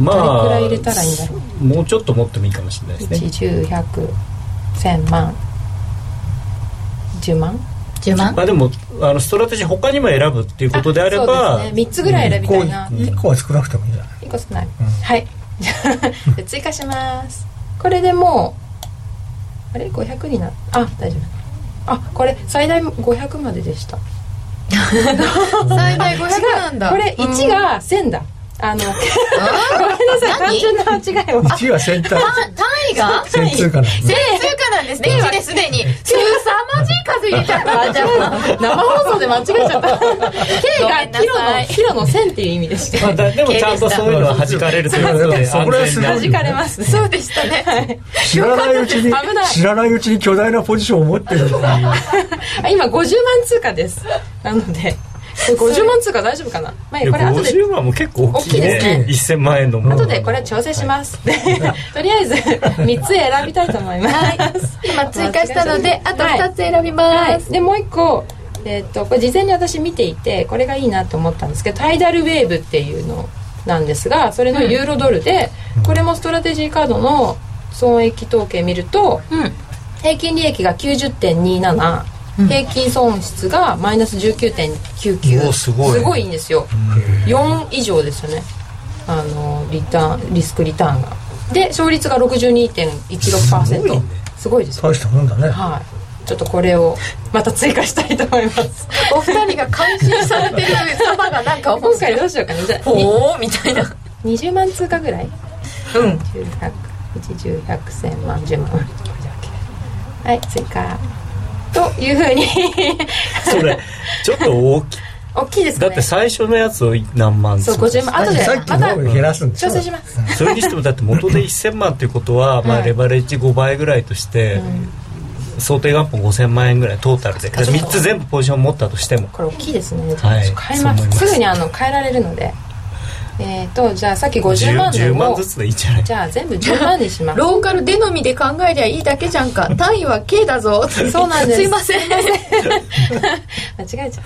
まどれくらい入れたらいいんだろもうちょっと持ってもいいかもしれないですね110100100万10万10万まあでもあのストラテジー他にも選ぶっていうことであればそうですね3つぐらい選びたいな1個は少なくてもいいんじゃない1個少ない、はい じゃあ追加しますこれでもうあれ500になあ大丈夫あこれ最大500まででした 最大500なんだこれ1が1000だ、あのごめんなさい単何純な間違いを1位は 先端単位が先通貨なんで正通貨なんですね今ですでにすさまじい数入れちゃったじゃあ生放送で間違えちゃった K がキロごめんなのさいキロの1000っていう意味でしてまあだでもちゃんとそういうのは弾かれるということでそうそう安全なそ弾かれますそうでしたね、知らないうちに危ない知らないうちに巨大なポジションを持ってる っていうあ今50万通貨ですなのでこれ50万通貨大丈夫かな、まあ、いやこれ後で50万も結構大きい大きいね1000万円のもの後でこれ調整します、 とりあえず3つ選びたいと思います、今追加したのであとはい2つ選びます、はい、でもう一個、えー、とこれ事前に私見ていてこれがいいなと思ったんですけどタイダルウェーブっていうのなんですがそれのユーロドルで、これもストラテジーカードの損益統計見ると、ん平均利益が90.27、平均損失がマイナス19.99おすごいすごいんですよ4以上ですよねあのリターンリスクリターンがで勝率が62.16%すすごいねすごいですよ大したもんだねはい。ちょっとこれをまた追加したいと思います。お二人が感心されてる様がなんか面今白い回どうしようかな。じゃあ、おおみたいなに20万通貨ぐらいうん1 0 1 0 1 0 0 10万、10万。これだけはい、追加。というふうに それちょっと大きい大きいですだかっねて最初のやつを何万そう50万後でさっきまのた方が減らすんです調整しますそれにしてもだって元で1000万っていうことは、まあ、レバレッジ5倍ぐらいとして、想定元本5000万円ぐらいトータルでかちょっと3つ全部ポジション持ったとしてもこれ大きいですね、はいちょっと変えますそう思いますすぐにあの変えられるのでえっ、とじゃあさっき 10, 50万10の万をずつでいいんじゃないじゃあ全部10万にしますローカルでのみで考えりゃいいだけじゃんか単位は K だぞそうなんですすいません間違えちゃった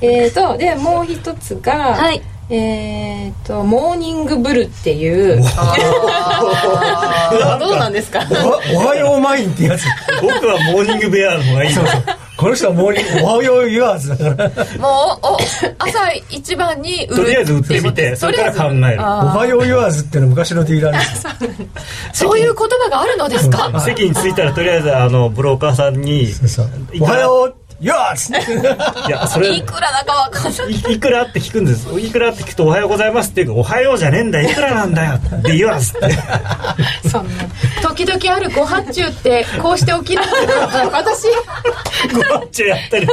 えーとでもう一つが、はいえーとモーニングブルっていうどうなんですかおはおはようマインってやつ僕はモーニングベアの方がいいそうそうこの人はモーニングおはよう言わずだからもうお朝一番に売るとりあえず売ってみてそれから考えるおはよう言わずっていうのは昔のディーラーですそういう言葉があるのですか席に着いたらとりあえずあのブローカーさんにそうそういおくらはよう言わ ずいやそれいくらだかわかんないいいくらって聞くんですいくらって聞くと「おはようございます」って言うからおはようじゃねえんだよいくらなんだよ」って言わず ってそんな時々あるご発注ってこうして起きる私こっちやったりそ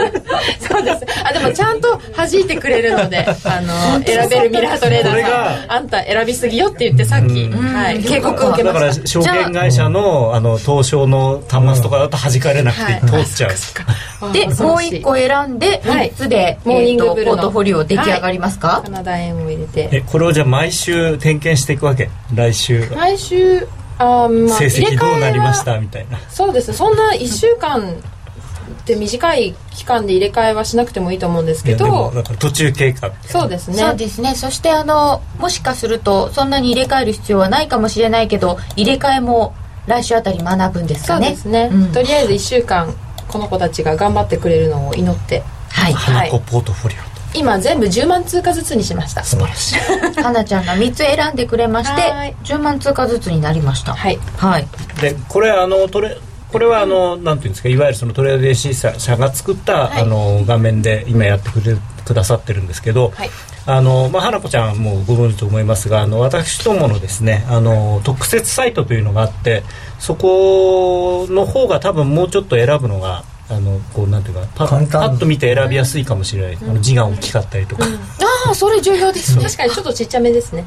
うですあでもちゃんと弾いてくれる のであの選べるミラートレーダこれーさんがあんた選びすぎよって言ってさっき、はい、警告を受けだまかしらた証券会社のあの東証の端末とかだと弾かれなくてうん通っちゃう、でもう一個選んではい3つで、モーニングえーとブルーポのートフォリオ出来上がりますか、カナダ円を入れてえこれをじゃあ毎週点検していくわけ来週毎週あー、まあ、成入れ替え績どうなりましはたみたいなそうですねそんな1週間って短い期間で入れ替えはしなくてもいいと思うんですいけやでもどだから途中経過そうですねそうですねそしてあのもしかするとそんなに入れ替える必要はないかもしれないけど入れ替えも来週あたり学ぶんですそかうねですね、うんとりあえず1週間この子たちが頑張ってくれるのを祈ってはい花子ポートフォリオ今全部10万通貨ずつにしました素晴らしいかなちゃんが3つ選んでくれまして はい10万通貨ずつになりましたはいはいとでこれあのトレこれはあのなんていうんですかいわゆるそのトレーデーシー社が作った、あの画面で今やってくれくださってるんですけど、はいあの、まあ、花子ちゃんもご存知と思いますがあの私どものですねあの特設サイトというのがあってそこの方が多分もうちょっと選ぶのがあのこうなんていうかパ簡ッ単パッと見て選びやすいかもしれない、あの字が大きかったりとか、ああそれ重要ですね確かにちょっとちっちゃめですね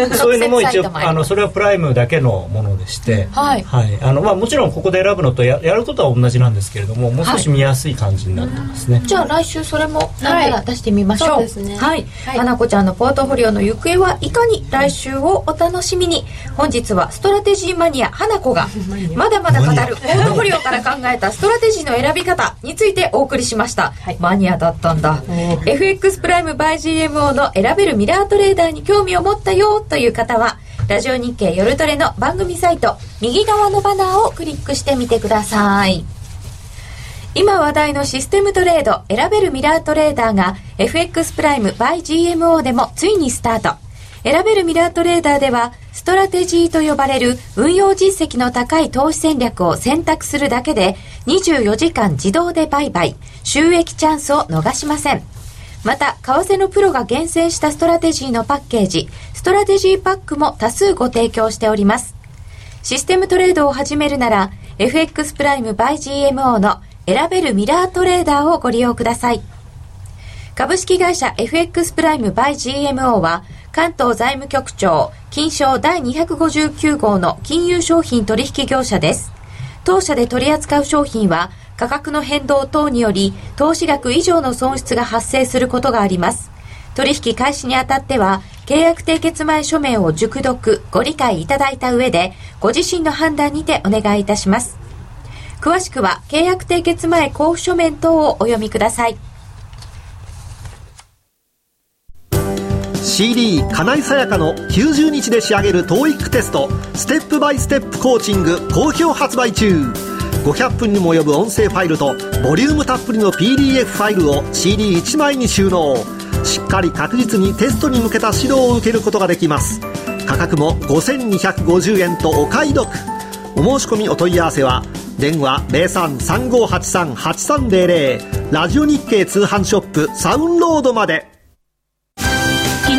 あの そういうのも一サイト応もありますあのそれはプライムだけのものでして、はいはいあのまあ、もちろんここで選ぶのとややることは同じなんですけれどももう少し見やすい感じになってますね、じゃあ来週それもなんなら出してみましょう、はいそうですねはい、はい花子ちゃんのポートフォリオの行方はいかに来週をお楽しみに本日はストラテジーマニア花子がまだまだ語るポートフォリオから考えたストラテジーの選び方についてお送りしました、はいマニアだったんだお FX プライム by GMO の選べるミラートレーダーに興味を持ったよという方はラジオ日経夜トレの番組サイト右側のバナーをクリックしてみてください今話題のシステムトレード選べるミラートレーダーが FX プライム by GMO でもついにスタート選べるミラートレーダーではストラテジーと呼ばれる運用実績の高い投資戦略を選択するだけで24時間自動で売買収益チャンスを逃しませんまた為替のプロが厳選したストラテジーのパッケージストラテジーパックも多数ご提供しておりますシステムトレードを始めるなら FX プライム by GMO の選べるミラートレーダーをご利用ください株式会社 FX プライム by GMO は関東財務局長金賞第259号の金融商品取引業者です当社で取り扱う商品は価格の変動等により投資額以上の損失が発生することがあります取引開始にあたっては契約締結前書面を熟読ご理解いただいた上でご自身の判断にてお願いいたします詳しくは契約締結前交付書面等をお読みください CD 金井さやかの90日で仕上げる TOEIC テストステップバイステップコーチング好評発売中500分にも及ぶ音声ファイルとボリュームたっぷりの PDF ファイルを CD1 枚に収納しっかり確実にテストに向けた指導を受けることができます価格も5250円とお買い得お申し込みお問い合わせは電話0335838300ラジオ日経通販ショップサウンロードまで気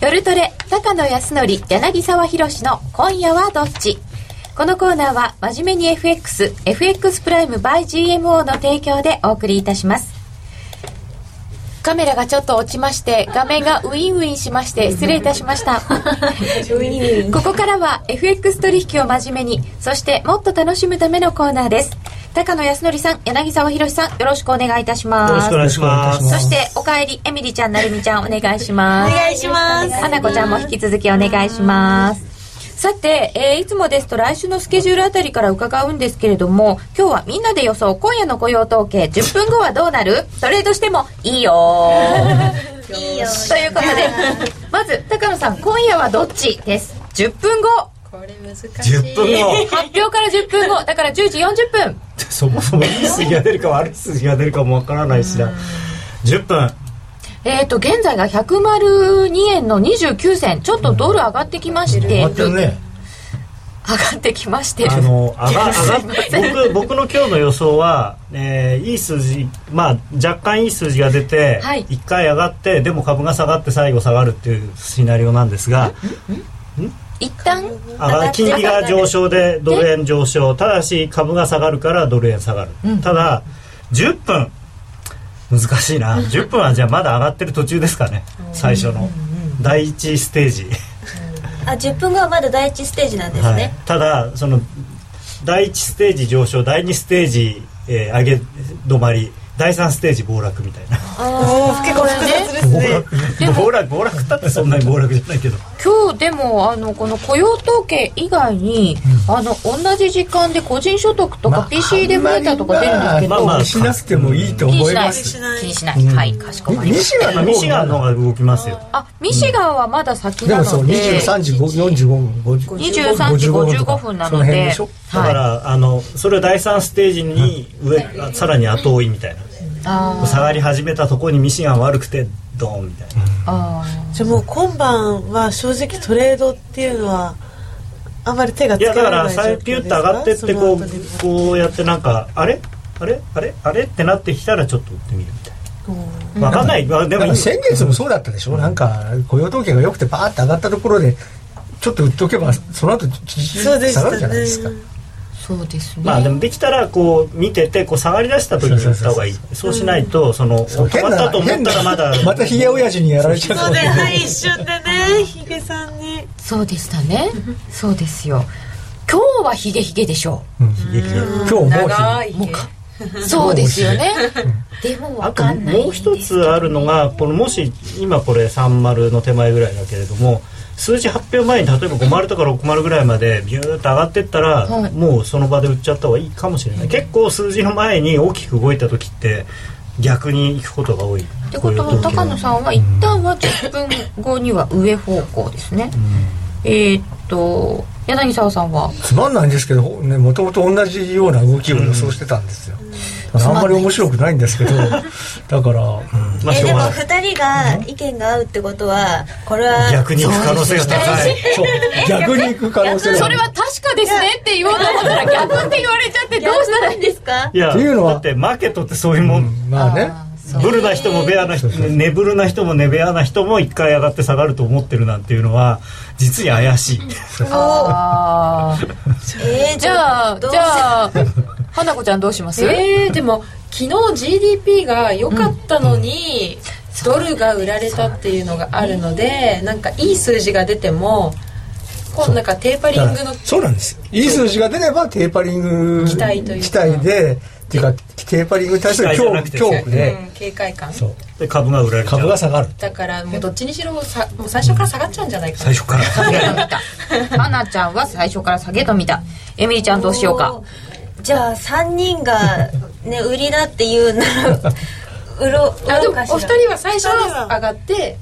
夜トレ高野康則柳沢宏の「今夜はどっち?」このコーナーは「真面目に FXFX プライム by GMO」の提供でお送りいたしますカメラがちょっと落ちまして画面がウィンウィンしまして失礼いたしましたここからは FX 取引を真面目にそしてもっと楽しむためのコーナーです高野康則さん柳沢宏さんよろしくお願いいたしますよろしくお願いしますそしておかえりエミリちゃんなるみちゃんお願いしますお願いします花子ちゃんも引き続きお願いします。さて、えーいつもですと来週のスケジュールあたりから伺うんですけれども、今日はみんなで予想、今夜の雇用統計、10分後はどうなるトレードしてもい いよいいよということで、まず、高野さん、今夜はどっちです。10分後これ難しい10分後発表から10分後、だから10時40分。そもそもいい数字が出るか悪い数字が出るかもわからないしな10分えっ、と、現在が102円の29銭、ちょっとドル上がってきまして、ま上たねがってきましてる。あ の上が上が僕僕の今日の予想は、えーいい数字、まあ、若干いい数字が出て、はい1回上がってでも株が下がって最後下がるっていうシナリオなんですが一旦、上が金利が上昇でドル円上昇ただし株が下がるからドル円下がる、ただ10分難しいな10分はじゃあまだ上がってる途中ですかね最初の第1ステージ。あ10分後はまだ第一ステージなんですはいね、、ただその第1ステージ上昇第2ステージ、えー上げ止まり第3ステージ暴落みたいなおお、結構複雑ですね。 暴落暴落ったってそんなに暴落じゃないけど今日でもあのこの雇用統計以外に、あの同じ時間で個人所得とまかあ PC で増えたとか出るんですけど、まあまあ気にしなくてもいいと気に思しいないます気にしない、はいかしこまりました西まあミシガンの方が動きますよあミシガンはまだ先でなもそうので、 23時45分50 23時55分なその辺ででしょだから、あのそれを第3ステージに上、あさらに後追いみたいな下がり始めたところにミシガン悪くてドーンみたいな、じゃあもう今晩は正直トレードっていうのは、あんまり手がついけやらだかられない状さ況えですかピュッと上がってってこう その後にこうやってなんかあれあれあれあれってなってきたらちょっと打ってみるみたいな、わかんない、まあ、でだかもら先月もそうだったでしょなんか雇用統計が良くてバーって上がったところでちょっと売っとけばその後ちちそうでし下がたるじゃないですかね。そうですね、まあでもできたらこう見ててこう下がり出した時に打った方がいいそうしないとそのそう止まったと思ったらまだまたヒゲ親父にやられちゃうそうで、はい、一瞬でね、ヒゲさんに。そうでしたねそうですよ今日はヒゲヒゲでしょ悲劇が今日もううもうかそうですよねでもあわとかんないもう一つあるのがこのもし今これ30の手前ぐらいだけれども数字発表前に例えば50とか60ぐらいまでビューッと上がってったら、はいもうその場で売っちゃった方がいいかもしれない結構数字の前に大きく動いた時って逆に行くことが多いっってことは高野さんは一旦は10分後には上方向ですね、えーっと柳沢さんはつまんないんですけどねもともと同じような動きを予想してたんですよ、だからあんまり面白くないんですけどだから、うんまあえしょうでもがない2人が意見が合うってことはこれは逆に行く可能性が高いそう逆に行く可能性がそれは確かですね って言おうと思ったら逆って言われちゃってどうしたらいいんですですかいやっていうのはだってマーケットってそういうもん、うんまあねブルな人もベアな人そうそうそうねブルな人もネベアな人も一回上がって下がると思ってるなんていうのは実に怪しいかえ ー、じゃあどうじゃあ花子ちゃんどうします、えー、でも昨日 GDP が良かったのに、ドルが売られたっていうのがあるのでなんかいい数字が出てもこうなんかテーパリンだグかのらそうなんですいい数字が出ればテーパリング期待というか期待でっていうかテーパリングに対する期待じ恐ゃ怖なくて恐怖で、うん、警戒感そうで株が売られちゃう株が下がるだからもうどっちにしろさもう最初から下がっちゃうんじゃないか最な初 から下げと見た花ちゃんは最初から下げと見たエミリちゃんどうしようかじゃあ3人がね売りだって言うなら売ろうあで売もろうかしらお二人は最初は上がって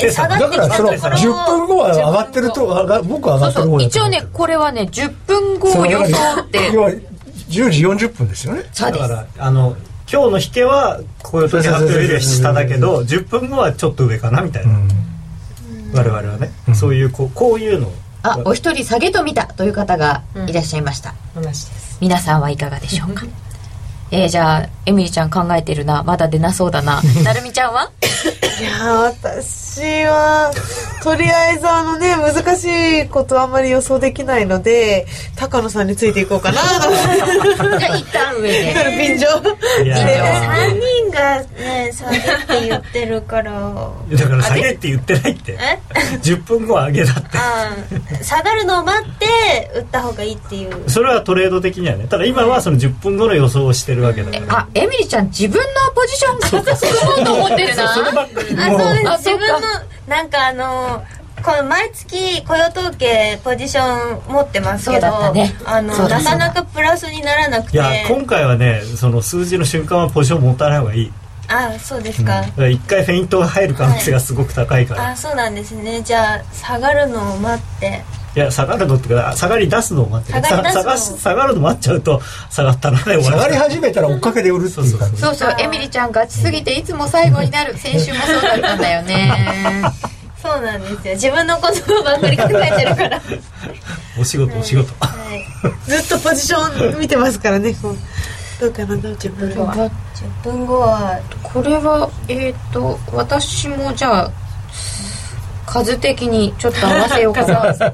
え下だがっかてきらたそとのころ10分後は上がってると上が僕はそ上がうってそる方うだ一と応思ねこれはね10分後そをう予だから想って要は10時40分ですよねそうでだかすらあの今日の引けはこういう時発表よりは下だけど10分後はちょっと上かなみたいな、我々はね、そういうこうこういうのあお一人下げと見たという方がいらっしゃいました、話です皆さんはいかがでしょうかえー、じゃあエミリちゃん考えてるなまだ出なそうだ ななるみちゃんはいやー私はとりあえずあのね難しいことあんまり予想できないので高野さんについていこうかなと思ってじゃあ一旦上で便乗 いやー3人がね下げって言ってるからだから下げって言ってないってえ10分後は上げだってあー下がるのを待って売った方がいいっていうそれはトレード的にはねただ今はその10分後の予想をしてるわけだからあエミリちゃん自分のポジションが作ろうと思ってるなそればっかりあそうですあ自そう分かのなんかあのこの毎月雇用統計ポジション持ってますそけうだったど、ねあのそうだなそうだかなかプラスにならなくいてや今回はねその数字の瞬間はポジション持たない方がいいあそうですか、だから一回フェイントが入る可能性がすごく高いから、あそうなんですねじゃあ下がるのを待っていや下がるのってか下がり出すのを待ってる下がり出さすの下がし下がるの待っちゃうと下がったなで終下わがりり始めたら追っかけで売るっていう感じそうそうエミリちゃん勝ちすぎていつも最後になる先週もそうだったんだよ ねそうなんですよ自分のことをばっかり考えてるから はお仕事お仕事いずっとポジション見てますからねこうどうかなどう自分は10分後はこれはえっ、と私もじゃあ数的にちょっと合わせようか な下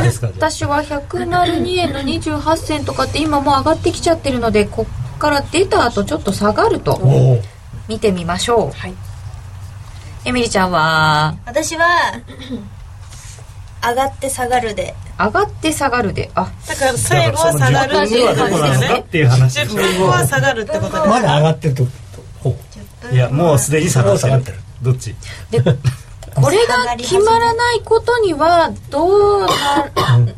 ですから私は102円の28銭とかって今もう上がってきちゃってるのでこっから出た後ちょっと下がるとおう見てみましょう、エミリちゃんは私は上がって下がるで上がって下がるであだから最後は下がるってだからその10分後はどこなのかっていう話10分後は下がるってことですまだ上がってるとこ10分いやもうすでに下がってるもう下がってるどっちでこれが決まらないことにはどうな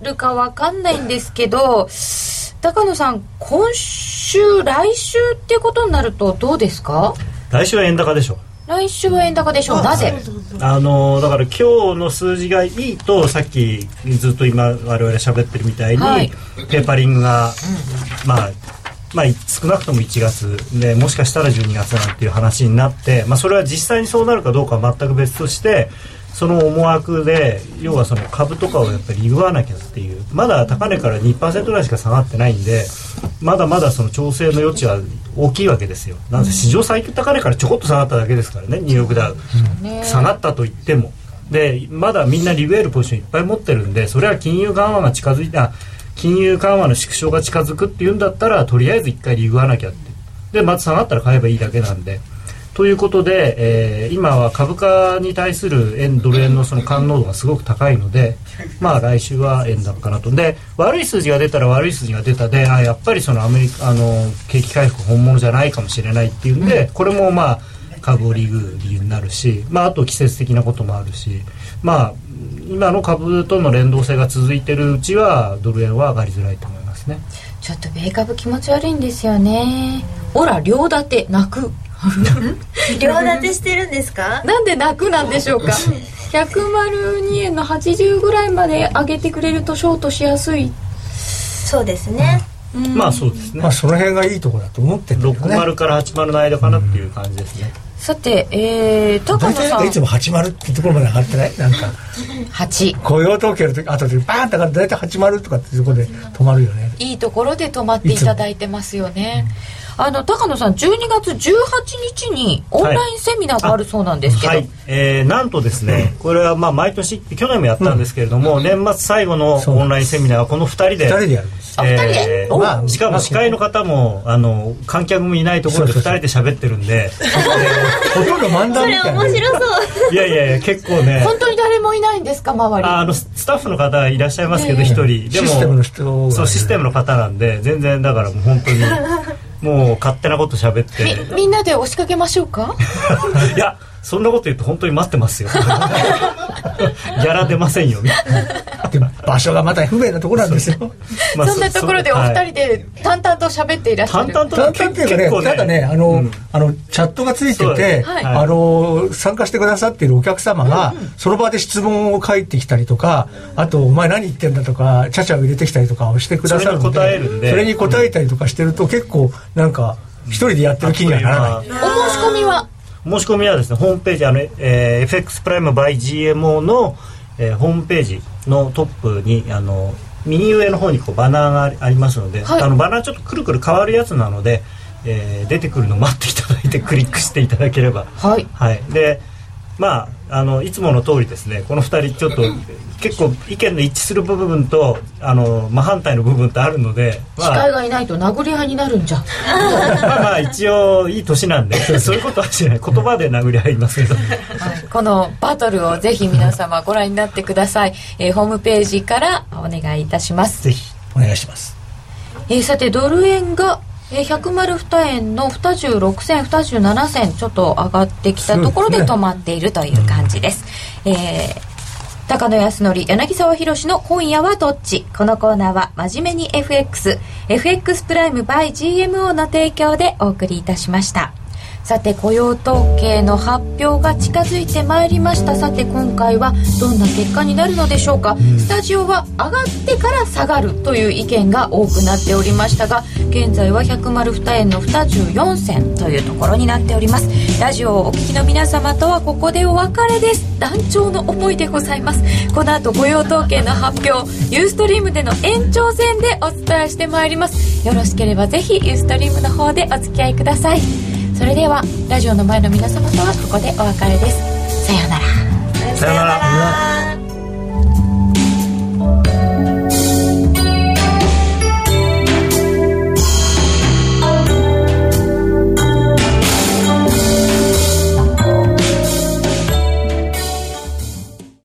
るかわかんないんですけど高野さん今週来週ってことになるとどうですか来週は円高でしょ来週は円高でしょうなぜあのだから今日の数字がいいとさっきずっと今我々喋ってるみたいに、はいペーパリングが、まあまあ、少なくとも1月でもしかしたら12月なんていう話になって、まあ、それは実際にそうなるかどうかは全く別としてその思惑で要はその株とかをやっぱり祝わなきゃっていうまだ高値から2%ぐらいしか下がってないんでまだまだその調整の余地は大きいわけですよなんせ史上最高値からちょこっと下がっただけですからねニューヨークダウ、下がったと言ってもでまだみんなリベールポジションいっぱい持ってるんでそれは金融緩和が近づいた金融緩和の縮小が近づくっていうんだったらとりあえず一回理由わなきゃってでまた下がったら買えばいいだけなんでということで、えー今は株価に対する円ドル円のその感濃度がすごく高いので、まあ、来週は円高かなとで悪い数字が出たら悪い数字が出たであやっぱりそのアメリカあの景気回復本物じゃないかもしれないっていうんで、これもまあ株をリグ理由になるし、まあ、あと季節的なこともあるし、まあ、今の株との連動性が続いてるうちはドル円は上がりづらいと思いますねちょっと米株気持ち悪いんですよねほら両立て泣く両立てしてるんですかなんで泣くなんでし ょうか102円の80ぐらいまで上げてくれるとショートしやすいそうですねまあそうですねまあその辺がいいとこだと思ってるんだけどね60から80の間かなっていう感じですねさて、えー、高大野体さなんんかいつも80ってところまで上がってないなんか8雇用統計の時後でバーンって上がって大体80とかってところで止まるよねいいところで止まっていただいてますよねあの高野さん12月18日にオンラインセミナーがあるそうなんですけど、はい、えーなんとですねこれはまあ毎年去年もやったんですけれども、年末最後のオンラインセミナーはこの2人で2人でやるんですあ二人でえーまあしかも司会の方もあの観客もいないところで2そうそう人で喋ってるんでほとんど漫そ談みれたい面な白そういやいやいや結構ね本当に誰もいないんですか周りああのススタッフの方いらっしゃいますけど一人でもシステムの人がそうシステムの方なんで全然だからもう本 当にもう勝手なこと喋ってみみんなで押しかけましょう かいやそんなこと言うと本当に待って ますよギャラ出ませんよみたいなで場所がまた不便なところなんですよまあそんなところでおは二い人で淡々と喋っていらっしゃ淡る々と簡単っていうかねただねあの、うんあのチャットがついそてうだて、ねはいあの参加してくださっているお客様が、その場で質問を書いてきたりとかあと「お前何言ってんだ」とか「ちゃちゃを入れてきたりとかをしてくださるのでそれに答えるんでそれに答えたりとかしてると、結構なんか一人でやってる気にはならない、あと今お申し込みは申し込みはですねホームページあの、えー FX プライム by GMO の、えーホームページのトップにあの右上の方にこうバナーがありありますので、はいあのバナーちょっとくるくる変わるやつなので、えー出てくるのを待っていただいて クリックしていただければはいはい、でまああのいつもの通りですねこの2人ちょっと結構意見の一致する部分とあの真反対の部分ってあるので、ま司あ会がいないと殴り合いになるんじゃんまあまあ一応いい年なんで そういうことはしない言葉で殴り合いますけどはいこのバトルをぜひ皆様ご覧になってください、えーホームページからお願いいたします、ぜひお願いしますえーさてドル円が、えー、102円の26銭27銭ちょっと上がってきたところで止まっているという感じですえー高野康則柳沢博の今夜はどっちこのコーナーは真面目に FXFX プライム by GMO の提供でお送りいたしましたさて雇用統計の発表が近づいてまいりましたさて今回はどんな結果になるのでしょうか、スタジオは上がってから下がるという意見が多くなっておりましたが現在は102円の24銭というところになっておりますラジオをお聞きの皆様とはここでお別れです団長の思いでございますこの後雇用統計の発表ユーストリームでの延長戦でお伝えしてまいりますよろしければぜひユーストリームの方でお付き合いくださいそれではラジオの前の皆様とはここでお別れですさようならさよならさよなら